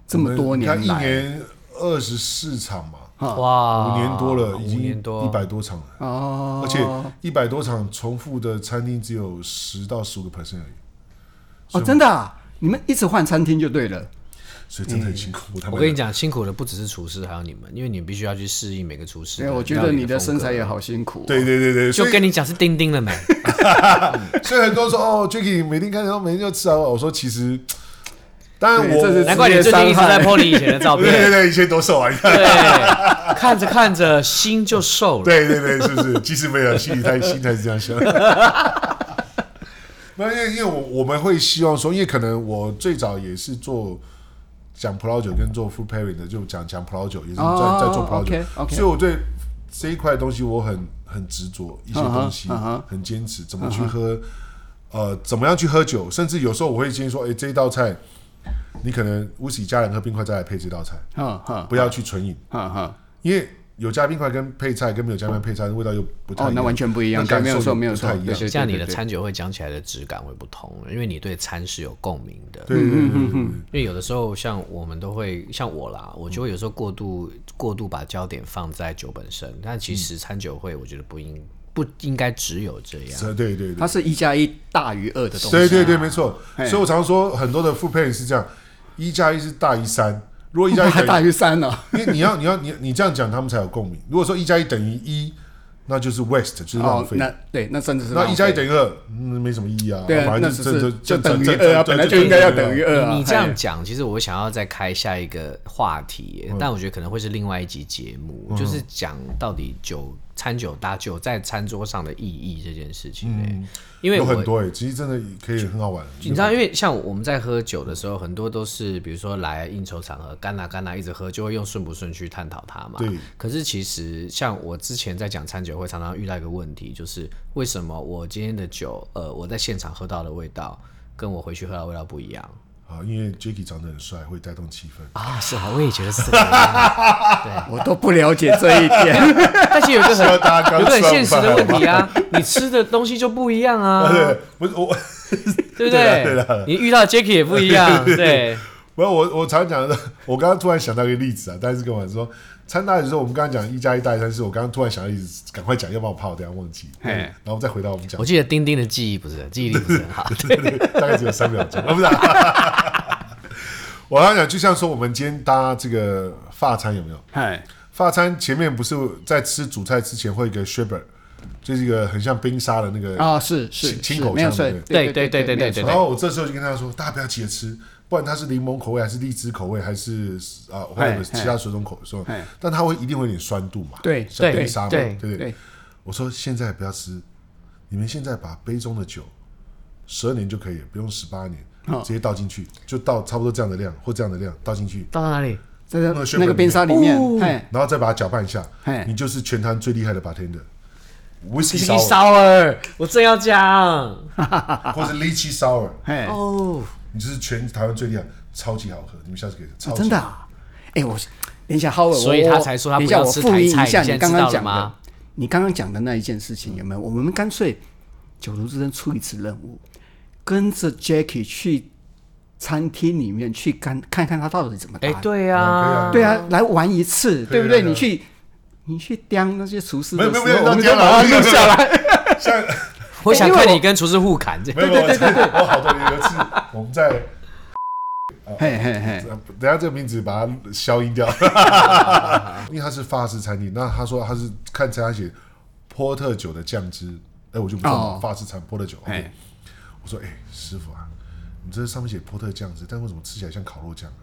这么多你看年一来，年二十四场嘛，哇，五年多了，已啊五经年一多，百多场了。哦，而且一百多场重复的餐厅只有十到十五个 percent 而已，哦，真的、啊，你们一直换餐厅就对了。所以真的很辛苦。他嗯我们跟你讲，辛苦的不只是厨师，还有你们，因为你们必须要去适应每个厨师对，的啊料理风格。哎我觉得你的身材也好辛苦、啊对，对对对，就所以跟你讲是丁丁了没？所以很多人说哦，Jacky 每天看到每天就吃啊，我说其实，当然对我这是难怪你最近一直在 po 你以前的照对对片。对，以前都瘦啊，你看，对，看着看着心就瘦了。对对对，是不是？其实没有，心里态心态是这样想。 那因为因为我我们会希望说，因为可能我最早也是做讲葡萄酒跟做 food pairing 的，就讲讲葡萄酒，也是在、哦在做葡萄酒 OK，OK 所以我对这一块东西我很很执着，一些东西嗯哼嗯嗯哼很坚持，怎么去喝呃，怎么样去喝酒，甚至有时候我会建议说，哎、这一道菜你可能乌喜加两颗冰块再来配这道菜，哈哈不要去纯饮，哈哈，因为有加冰块跟配菜跟没有加冰块配菜味道又不太哦一样，那完全不一样那感对没有受错又没有不错太一对样对。这样你的餐酒会讲起来的质感会不同，因为你对餐是有共鸣的。对对嗯对对对因为有的时候像我们都会像我啦，我就会有时候过度过度把焦点放在酒本身，但其实餐酒会我觉得不应不应该只有这样。是对对对它是一加一大于二的东西。啊对对对，没错。嘿所以我常说很多的副配是这样，一加一是大于三，如果一加一还 大等于，于三啊呢。因为你要你要你你这样讲，他们才有共鸣。如果说一加一等于一，那就是 waste，就是浪哦，费。那对，那真的是浪那费一加一等于二，嗯，没什么意义啊。对啊反那正只这这是就这等于这二啊，这本来这就应该要这等于二啊。你哎这嗯样嘿讲，其实我想要再开下一个话题，嗯但我觉得可能会是另外一集节目，就是讲到底酒餐酒搭酒在餐桌上的意义这件事情、欸因为嗯有我很多哎，其实真的可以很好玩。你知道，因为像我们在喝酒的时候，很多都是比如说来应酬场合，干啦啊干啦一直喝，就会用顺不顺去探讨它嘛。对。可是其实像我之前在讲餐酒会，常常遇到一个问题，就是为什么我今天的酒，呃，我在现场喝到的味道，跟我回去喝到的味道不一样。啊，因为 Jacky 长得很帅，会带动气氛。啊，是啊，我也觉得是 这样。我都不了解这一点。但是有一个希望大家很有刚一个很上现实的班问题啊，你吃的东西就不一样啊，对，不是我，对不 对啦对啦你遇到 Jacky 也不一样，对。不是我，我常讲的，我刚刚突然想到一个例子啊，但是跟我说，参大的时候，我们刚刚讲一加一大于三是，我刚刚突然想到一个例子，赶快讲，要不然我怕我等一下忘记。嘿对然后再回到我们讲我，记得丁丁的记忆不是很，记忆力不是很好。对对对大概只有三秒钟，啊不是啊。 我刚刚讲，就像说我们今天搭这个法餐有没有？哎，法餐前面不是在吃主菜之前会有一个 shiver，就是一个很像冰沙的那个啊，是是清是口，没有腔错对不，对对对对没有对对错然后我这时候就跟他说，大家不要急着吃，不然它是柠檬口味，还是荔枝口味，还是啊，或嘿者其他水种口味说嘿，但它会一定会有点酸度嘛，对像对冰沙嘛，对对不对对？我说现在不要吃，你们现在把杯中的酒，十二年就可以了，不用十八年，哦直接倒进去，就倒差不多这样的量或这样的量倒进去，到哪里？在那个这宣布那个冰沙里面哦，哎，然后再把它搅拌一下嘿，你就是全坛最厉害的 bartender。whisky 一 sour 烧耳，我正要讲或者 lychee sour，哎，哦。你就是全台湾最厉害，超级好喝，你们下次可以超级好喝真的啊？哎，我等一下，浩尔，所以我他才说他等一不要下我吃复台印菜一下你你现在刚知刚道讲了的吗，你刚刚讲的那一件事情有没有？我们干脆九如之争出一次任务，跟着 Jackie 去餐厅里面去看看看他到底怎么打哎，的。对啊，对啊，来玩一次，可对以啊不对？可以啊你去，你去刁那些厨师没的有时没有候，没有我们就刁把它了没有录下来。 像哎我想看你跟厨师互砍这没。有，没有我在我好多年有一次我们在，呃嘿嘿嘿，等下这个名字把它消音掉， 因为它是法式餐厅。那他说他是看菜单写波特酒的酱汁，哎，我就不知道哦法式餐波特酒。嘿 OK 我说哎，师傅啊，你这上面写波特酱汁，但为什么吃起来像烤肉酱呢？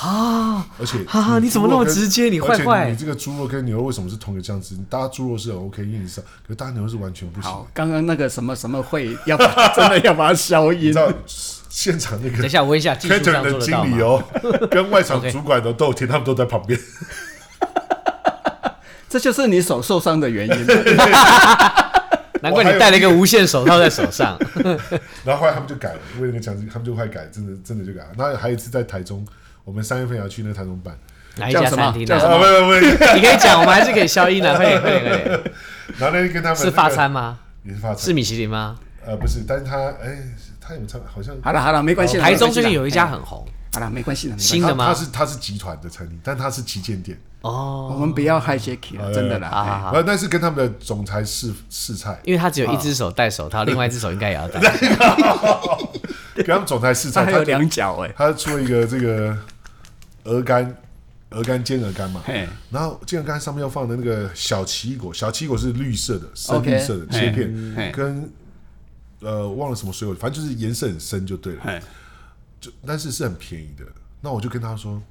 啊！而且啊你怎么那么猪肉跟直接你坏而且坏你这个猪肉跟牛肉为什么是同一个酱汁？你搭猪肉是很 OK，因为你是，可是搭牛肉是完全不行的好。，刚刚那个什么什么会要把真的要把它消你音知。道 现场那个等一下，我问一下，技术 Cater 上的做得经到理吗？哦， 跟外场主管的都有听，他们都在旁边。这就是你手受伤的 原因嘛。难怪你戴了一个无线手套在手上。然后后来他们就改了，为了那个奖金，他们就快改，真的真的就改了。然后还有一次在台中，我们三月份要去那个台中办，哪一家餐厅叫啊什么？啊，不不不，你可以讲，我们还是可以消音的，快点快点快点。然后那天跟他们是法，餐吗？也是发是餐，米其林吗？呃，不是，但是他哎，他有唱，好像好了好了，没关系啦。台中最近没有关一系啦家，很红好了，没关系的，没关系新的吗他他是他是集团的餐厅，但他是旗舰店，我哦，们不要害 Jacky 了，真的啦。好好哎好然后但是跟他们的总裁试试菜，啊因为他只有一只手戴手套，另外一只手应该也要戴。跟他们总裁试他菜，还他有就两脚哎，他出了一个这个鹅肝，鹅肝煎鹅肝嘛，嘿，然后竟然刚才上面要放的那个小奇异果，小奇异果是绿色的，深绿色的 OK，切嘿嗯嘿片，跟呃忘了什么水果，反正就是颜色很深就对了。嘿，就但是是很便宜的。那我就跟他说，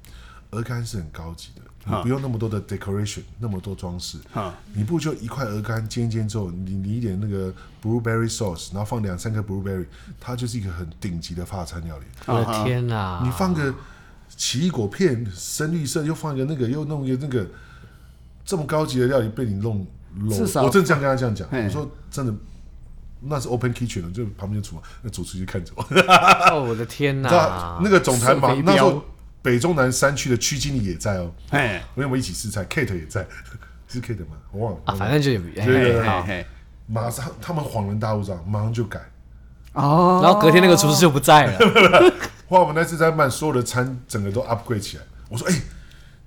鹅肝是很高级的，你不用那么多的 decoration，那么多装饰哈，你不如就一块鹅肝煎一煎之后，你淋一点那个 blueberry sauce，然后放两三颗 blueberry，它就是一个很顶级的法餐料理。我的天哪！啊你放个奇异果片，深绿色，又放一个那个，又弄一个那个，这么高级的料理被你弄 low，至少我真的这样跟他这样讲，嘿我说真的，那是 open kitchen 的，就旁边的厨房，那主厨就看着啊我，哦，我的天你知哪！道 啊那个总裁射嘛飞，镖那时候北中南山区的区经理也在哦，嘿，哎我跟我们一起试菜，Kate 也在， 是 K 的吗？我忘了啊，反正就是对嘿对好嘿，嘿马上他们恍然大悟，这样马上就改。哦，然后隔天那个厨师就不在了，哇，我们那次在曼所有的餐整个都 upgrade 起来。我说，哎、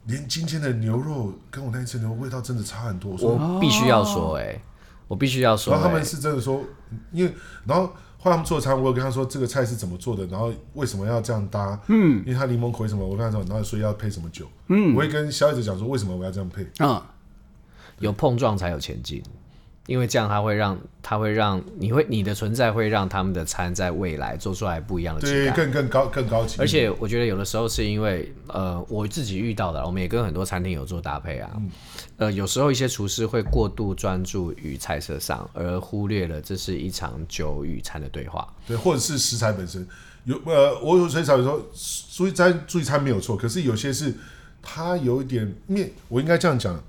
连今天的牛肉跟我那一次牛肉味道真的差很多。我说，我必须要说哎、我必须要说、哦然后他哎们是真的说，因为然后后来他们做的餐，我有跟他说这个菜是怎么做的，然后为什么要这样搭，嗯，因为它柠檬口味什么，我跟他说，然后所以要配什么酒，嗯，我会跟小姐姐讲说为什么我要这样配，嗯，有碰撞才有前进，因为这样它会让它会让你会你的存在会让他们的餐在未来做出来不一样的质对，感。更更高更高级，而且我觉得有的时候是因为，呃，我自己遇到的啦，我们也跟很多餐厅有做搭配啊。呃，有时候一些厨师会过度专注于菜色上，而忽略了这是一场酒与餐的对话。对，或者是食材本身有呃，我有水草说注意餐注意餐没有错，可是有些是它有一点面，我应该这样讲，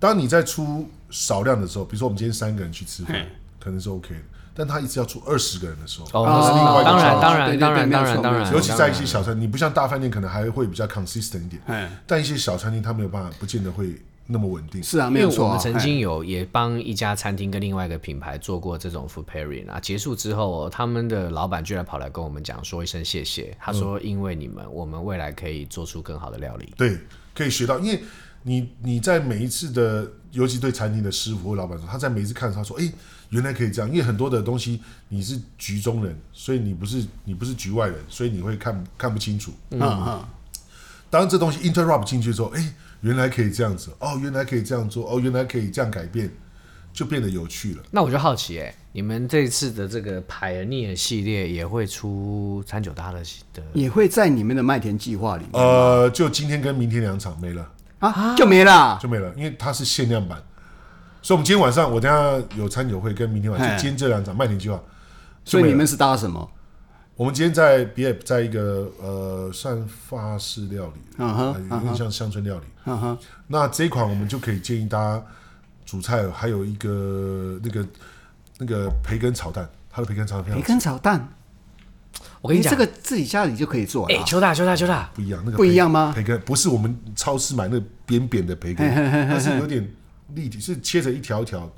当你在出少量的时候，比如说我们今天三个人去吃饭，可能是 OK 的，但他一次要出二十个人的时候。哦，那是另外一个当然，状态当对然，对当然，对当没有然，错当没有然，错尤其在一当些然小餐，你不像大饭店可能还会比较 consistent 一点，哎，但一些小餐厅它没有办法，不见得会那么稳定。是啊，没因有为错我啊，们曾经有也帮一家餐厅跟另外一个品牌做过这种 food pairing 啊，结束之后、他们的老板居然跑来跟我们讲说一声谢谢，他说因为你们，我们未来可以做出更好的料理。对，可以学到，因为你你在每一次的，尤其对餐厅的师傅或老板说，他在每一次看的时候，他说，哎、原来可以这样，因为很多的东西你是局中人，所以你不是你不是局外人，所以你会看看不清楚。嗯，嗯当这东西 interrupt 进去之后，哎、原来可以这样子，哦，原来可以这样做，哦，原来可以这样改变，就变得有趣了。那我就好奇哎、你们这次的这个 Pioneer 系列也会出餐酒搭的系的也会在你们的麦田计划里面呃，就今天跟明天两场没了。啊，就没啦。就没了，因为它是限量版。所以，我们今天晚上我等一下有餐酒会，跟明天晚上嘿就今天这两场麦田计划。所以就没了你们是搭什么？我们今天在比尔，在一个呃算法式料理，嗯呃哎哼，有点像乡村料理。嗯哼，那这一款我们就可以建议大家主菜，还有一个那个那个培根炒蛋，它的培根炒蛋非培常根哎炒蛋，我跟你你讲，这个自己家里就可以做哎、了。邱大邱大邱大，不一样，那个不一培样吗培根不是我们超市买那个扁扁的培根，它是有点立体，是切成一条一条，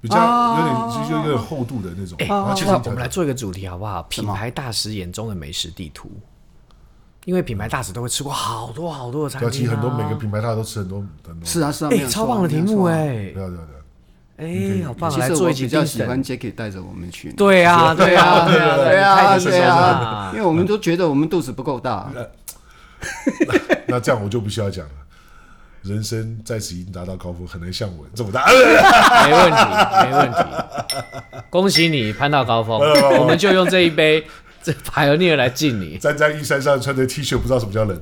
比较哦有点就是有点厚度的那哎种。然后切邱大成一，我条们条来。做一个主题好不好？品牌大使眼中的美食地图，因为品牌大使都会吃过好多好多的餐对啊，其厅、实啊，很多每个品牌大家都吃很多很多。是啊，是啊，哎、没有错超棒的题目。没哎、有错嗯对啊，对啊，对啊。哎、好棒，其来实做我一集比较 Distant 喜欢 Jacky 带着我们去。对啊， 对啊，对啊， 对啊，啊，对啊，啊因。为我们都觉得我们肚子不够 大。那这样我就不需要讲了。人生在此已经达到高峰，很难像我这么大。 没问题，没问题。恭喜你攀到高峰，呃我们就用这一杯这 Pioneer 来敬你。站在一山上穿着 T 恤，不知道什么叫冷。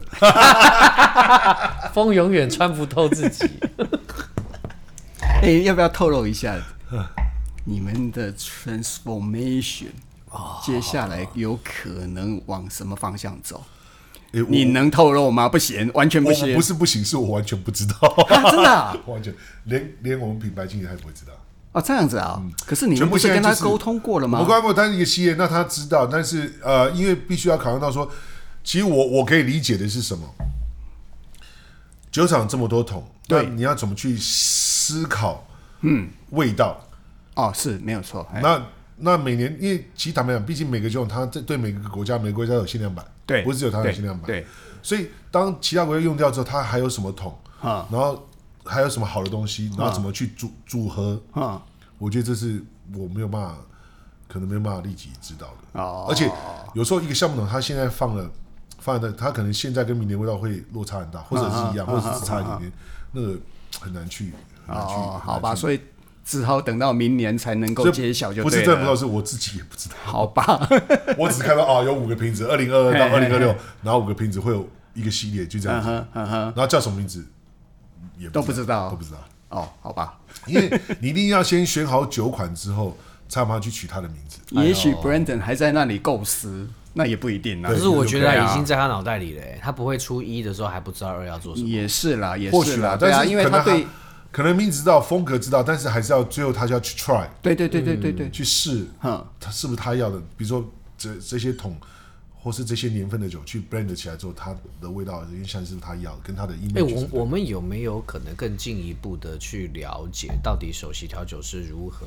风永远穿不透自 己。哎，要不要透露一下你们的 transformation？接下来有可能往什么方向走？诶我你能透露吗？不行，完全我不行。哦我不是不行，是我完全不知道， 啊，真的啊完全连连我们品牌经理他也不会知道。哦，这样子啊。可是你嗯全们部不是现在跟他就是沟通过了我吗？刚刚单一个系列，那他知道，但是呃，因为必须要考量到说，其实我我可以理解的是什么？酒厂这么多桶，那对你要怎么去思考？嗯，味道。哦，是没有错。哎那那每年，因为其实坦白讲，毕竟每个酒厂它这对每个国家，每个国家有限量版，对不是只有它有对限量版，对。所以当其他国家用掉之后，它还有什么桶？啊然后还有什么好的东西？然后怎么去组组合？啊我觉得这是我没有办法，可能没有办法立即知道的。哦，而且有时候一个橡木桶，它现在放了放在，它可能现在跟明年味道会落差很大，或者是一样，或者是只差一点点，那个很难去很啊难去。很哦难，好吧，去所以只好等到明年才能够这揭晓，就不是对真的不知道，了。是我自己也不知道。好吧， 我只看到啊、有五个瓶子，二零二二到二嘿嘿零二六，然后五个瓶子会有一个系列，就这样嗯子。哼嗯哼，然后叫什么名字也都不知道都不知道，哦，好吧，因为你一定要先选好酒款之后，才把它去取它的名字。也许 Brandon 还在那里构思，那也不一定啦可。是我觉对得啊已经在他脑袋里了欸，他不会出一的时候还不知道二要做什么。也是啦，也或是许啦，啦，对啊，但是因为可他能对还，可能名字知道，风格知道，但是还是要最后他就要去 try 嗯对对对对对对，去试，哼，他是不是他要的？比如说这这些桶或是这些年份的酒去 blend 起来之后，它的味道有点像是它要跟它的 image 哎、是不我是我们有没有可能更进一步的去了解，到底首席调酒师如何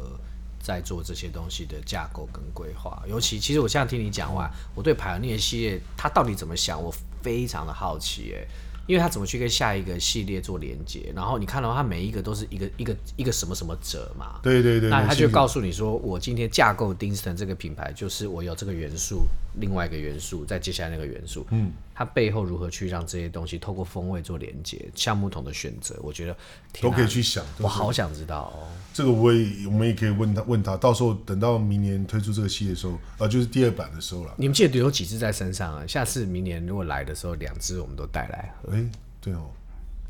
在做这些东西的架构跟规划？尤其，其实我现在听你讲话，我对排列系列他到底怎么想，我非常的好奇哎、因为他怎么去跟下一个系列做连接？然后你看到他每一个都是一个一个一个什么什么者嘛？对对对，那没他兴就趣告诉你说，我今天架构 Dinston 这个品牌，就是我有这个元素，另外一个元素，再接下来那个元素，嗯，它背后如何去让这些东西透过风味做连接，橡木桶的选择，我觉得都天哎哪可以去想。我好想知道哦。这个我也我们也可以问他问他，到时候等到明年推出这个系列的时候，呃，就是第二版的时候了。你们记得有几只在身上啊？下次明年如果来的时候，两只我们都带来，啊哎，对哦，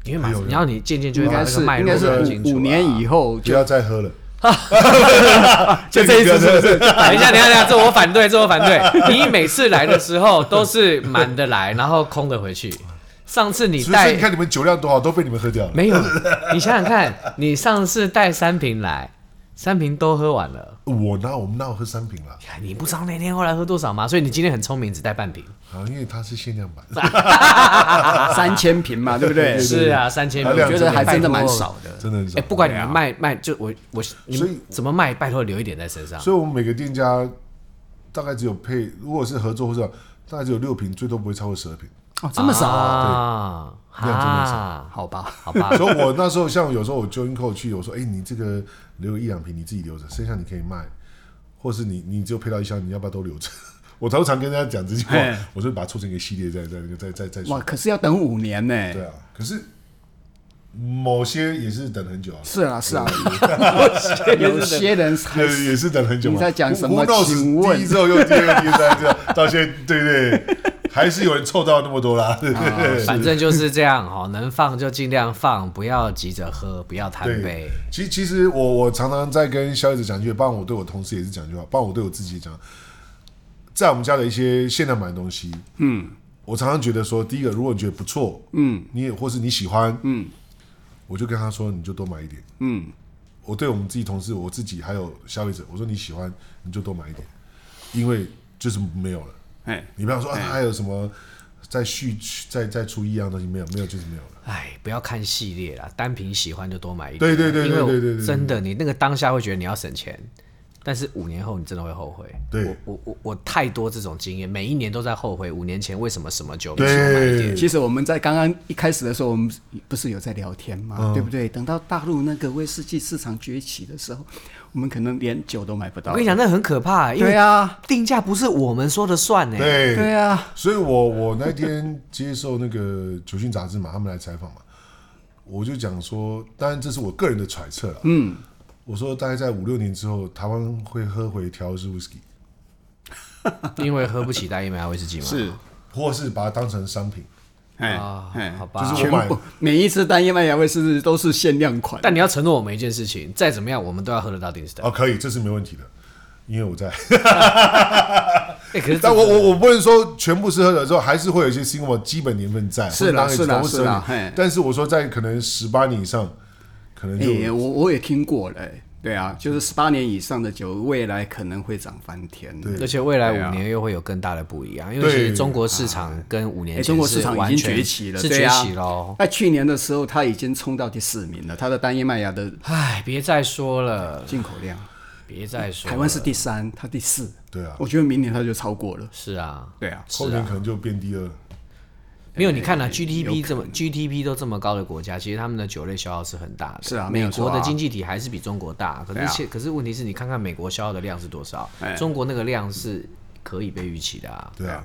因为马上，然后你渐渐就会应把该这个是脉应络该搞是清楚五啊五年以后不 就要再喝了。就这一次是不是？等一下，等一下，等一下，这我反对，这我反对。你每次来的时候都是满的来，然后空的回去。上次你所以所以带你看你们酒量多好，都被你们喝掉了。 没有？你想想看，你上次带三瓶来，三瓶都喝完了。我哪我们哪有喝三瓶啦？哎你不知道那天后来喝多少吗？所以你今天很聪明，只带半瓶。啊，因为它是限量版。三千瓶嘛，对不 对？是啊，三千啊瓶，两我觉只得还真的蛮拜托。少的。真的很少。哎，不管你们卖卖，就我我你所以们怎么卖，拜托留一点在身上。所以我们每个店家大概只有配，如果是合作或者大概只有六瓶，最多不会超过十二瓶。哦，这么少啊，啊？对量真的少啊好 吧？好吧，所以我那时候像有时候我 join call 去，我说哎、你这个留一两瓶你自己留着，剩下你可以卖，或是你你只有配到一箱，你要不要都留着？我通常跟大家讲这句话嘿，我说把它凑成一个系列再再那个再再再哇，说。可是要等五年呢。对啊，可是某些也是等很久啊。是 啊，是啊，有些人还也是也是等很久嘛。你在讲什么 Who knows，请问第一之后又第二、第三，这样到现在，对不对？还是有人凑到那么多啦。对反正就是这样哈，能放就尽量放，不要急着喝，不要贪杯对。，其实其实我我常常在跟消费者讲一句话，包括我对我同事也是讲一句话，包括我对我自己也讲，在我们家的一些限量版的东西，嗯，我常常觉得说，第一个，如果你觉得不错，嗯，你也或是你喜欢，嗯，我就跟他说，你就多买一点，嗯，我对我们自己同事，我自己还有消费者，我说你喜欢你就多买一点，因为就是没有了，哎，你不要说啊，还有什么再续再再出一样东西没有，没有就是没有了。哎，不要看系列啦，单品喜欢就多买一点。啊对对对对因为我对对对真的，你那个当下会觉得你要省钱，但是五年后你真的会后悔。对我我我我太多这种经验，每一年都在后悔，五年前为什么什么酒没少买一对点？其实我们在刚刚一开始的时候，我们不是有在聊天嘛，嗯对不对？等到大陆那个威士忌市场崛起的时候，我们可能连酒都买不到。我跟你讲，那很可怕、因对为啊，定价不是我们说的算欸呢、对对啊，所以我我那天接受那个《酒讯》杂志嘛，他们来采访嘛，我就讲说，当然这是我个人的揣测了。嗯，我说大概在五六年之后，台湾会喝回调制 whisky， 因为喝不起大燕麦威士忌嘛。是，或是把它当成商品。哎啊哎，好吧就是我买全部每一次单燕麦芽威士忌都是限量款，但你要承诺我们一件事情，再怎么样我们都要喝得到定时的。哦，可以，这是没问题的，因为我在。哎、可是 这但我我我不能说全部是喝了之后，还是会有一些 single 基本年份在，是啦或者当然是啦是有啦12年嘿但是我说在可能十八年以上，可能就哎、我我也听过了、哎对啊，就是十八年以上的酒，未来可能会涨翻天。对而且未来对啊五年又会有更大的不一样，因为其对啊实中国市场跟五年哎，前中国是市场完已经全崛起了，是对崛啊起喽。那去年的时候，它已经冲到第四名了，它的单一麦芽的唉，别再说了，进口量，别再说了。台湾是第三，它第四。对啊，我觉得明年它就超过了。是啊，对啊，后年可能就变低了。没有你哎看啊、，GDP 这么 GDP 都这么高的国家，其实他们的酒类消耗是很大的。是啊没美有错国啊的经济体还是比中国大，可对是啊现、可是问题是你看看美国消耗的量是多少，哎中国那个量是可以被预期的啊，对啊，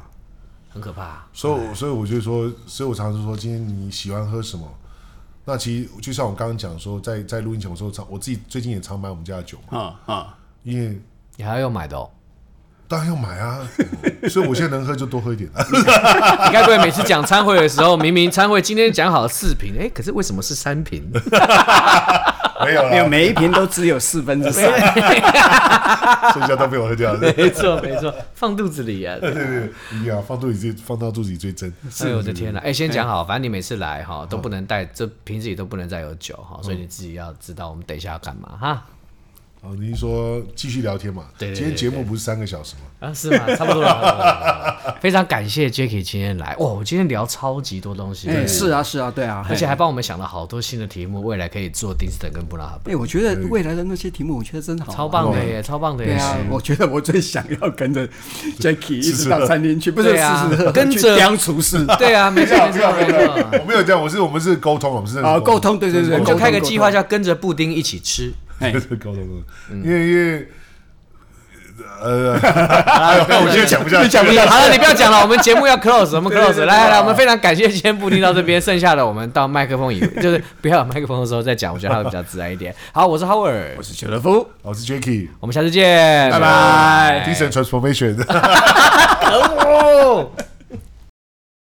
很可怕啊、所以我，所以我就说，所以我常常说，今天你喜欢喝什么？那其实就像我刚刚讲说，在在录音前我说常，我自己最近也常买我们家的酒嘛，啊啊，因为你还要用买的哦。当然要买啊， 所以我现在能喝就多喝一点啊。 你该不会每次讲餐会的时候，明明餐会今天讲好四瓶，哎、可是为什么是三瓶？ 没有没有，啦，每一瓶都只有四分之三。剩下都被我喝 掉了。对没错没错，放肚子里啊。对对，一定要放肚子里最放到肚子里最真。哎呦我的天呐！哎，先讲好，反正你每次来哈都嗯不能带，这瓶子里都不能再有酒哈，所以你自己要知道我们等一下要干嘛哈。哦，你是说继续聊天嘛？对对对今天节目不是三个小时吗？啊，是 吗？差不多了。非常感谢 Jacky 今天来，哇，我今天聊超级多东西，哎，是啊，是啊，对啊，而且嘿还帮我们想了好多新的题目，未来可以做 Dinston 跟布拉哈，哎，我觉得未来的那些题目，我觉得真好玩，啊超棒的耶，超棒的对耶。啊，我觉得我最想要跟着 Jacky 一直到餐厅去，不是对啊吃吃喝喝跟去着当厨 师对啊，没错没错没错。我没有这样，我是我们是沟通，我们是认识啊，沟，通，对对对，我们就沟通开个计，划沟叫跟着布丁一起吃。通认嘿识沟通，沟通因为因为呃， 那我觉得讲不下去，讲不 好 了，你不要讲了，我们节目要 close，我们 close。来来来，我们非常感谢今天布丁到这边，剩下的我们到麦克 风以，就是不要有麦克风的时候再讲，我觉得他会比较自然一点。好，我是 Howard，我是邱德夫，我是 Jacky，我们下次见，拜拜精神 transformation。可恶。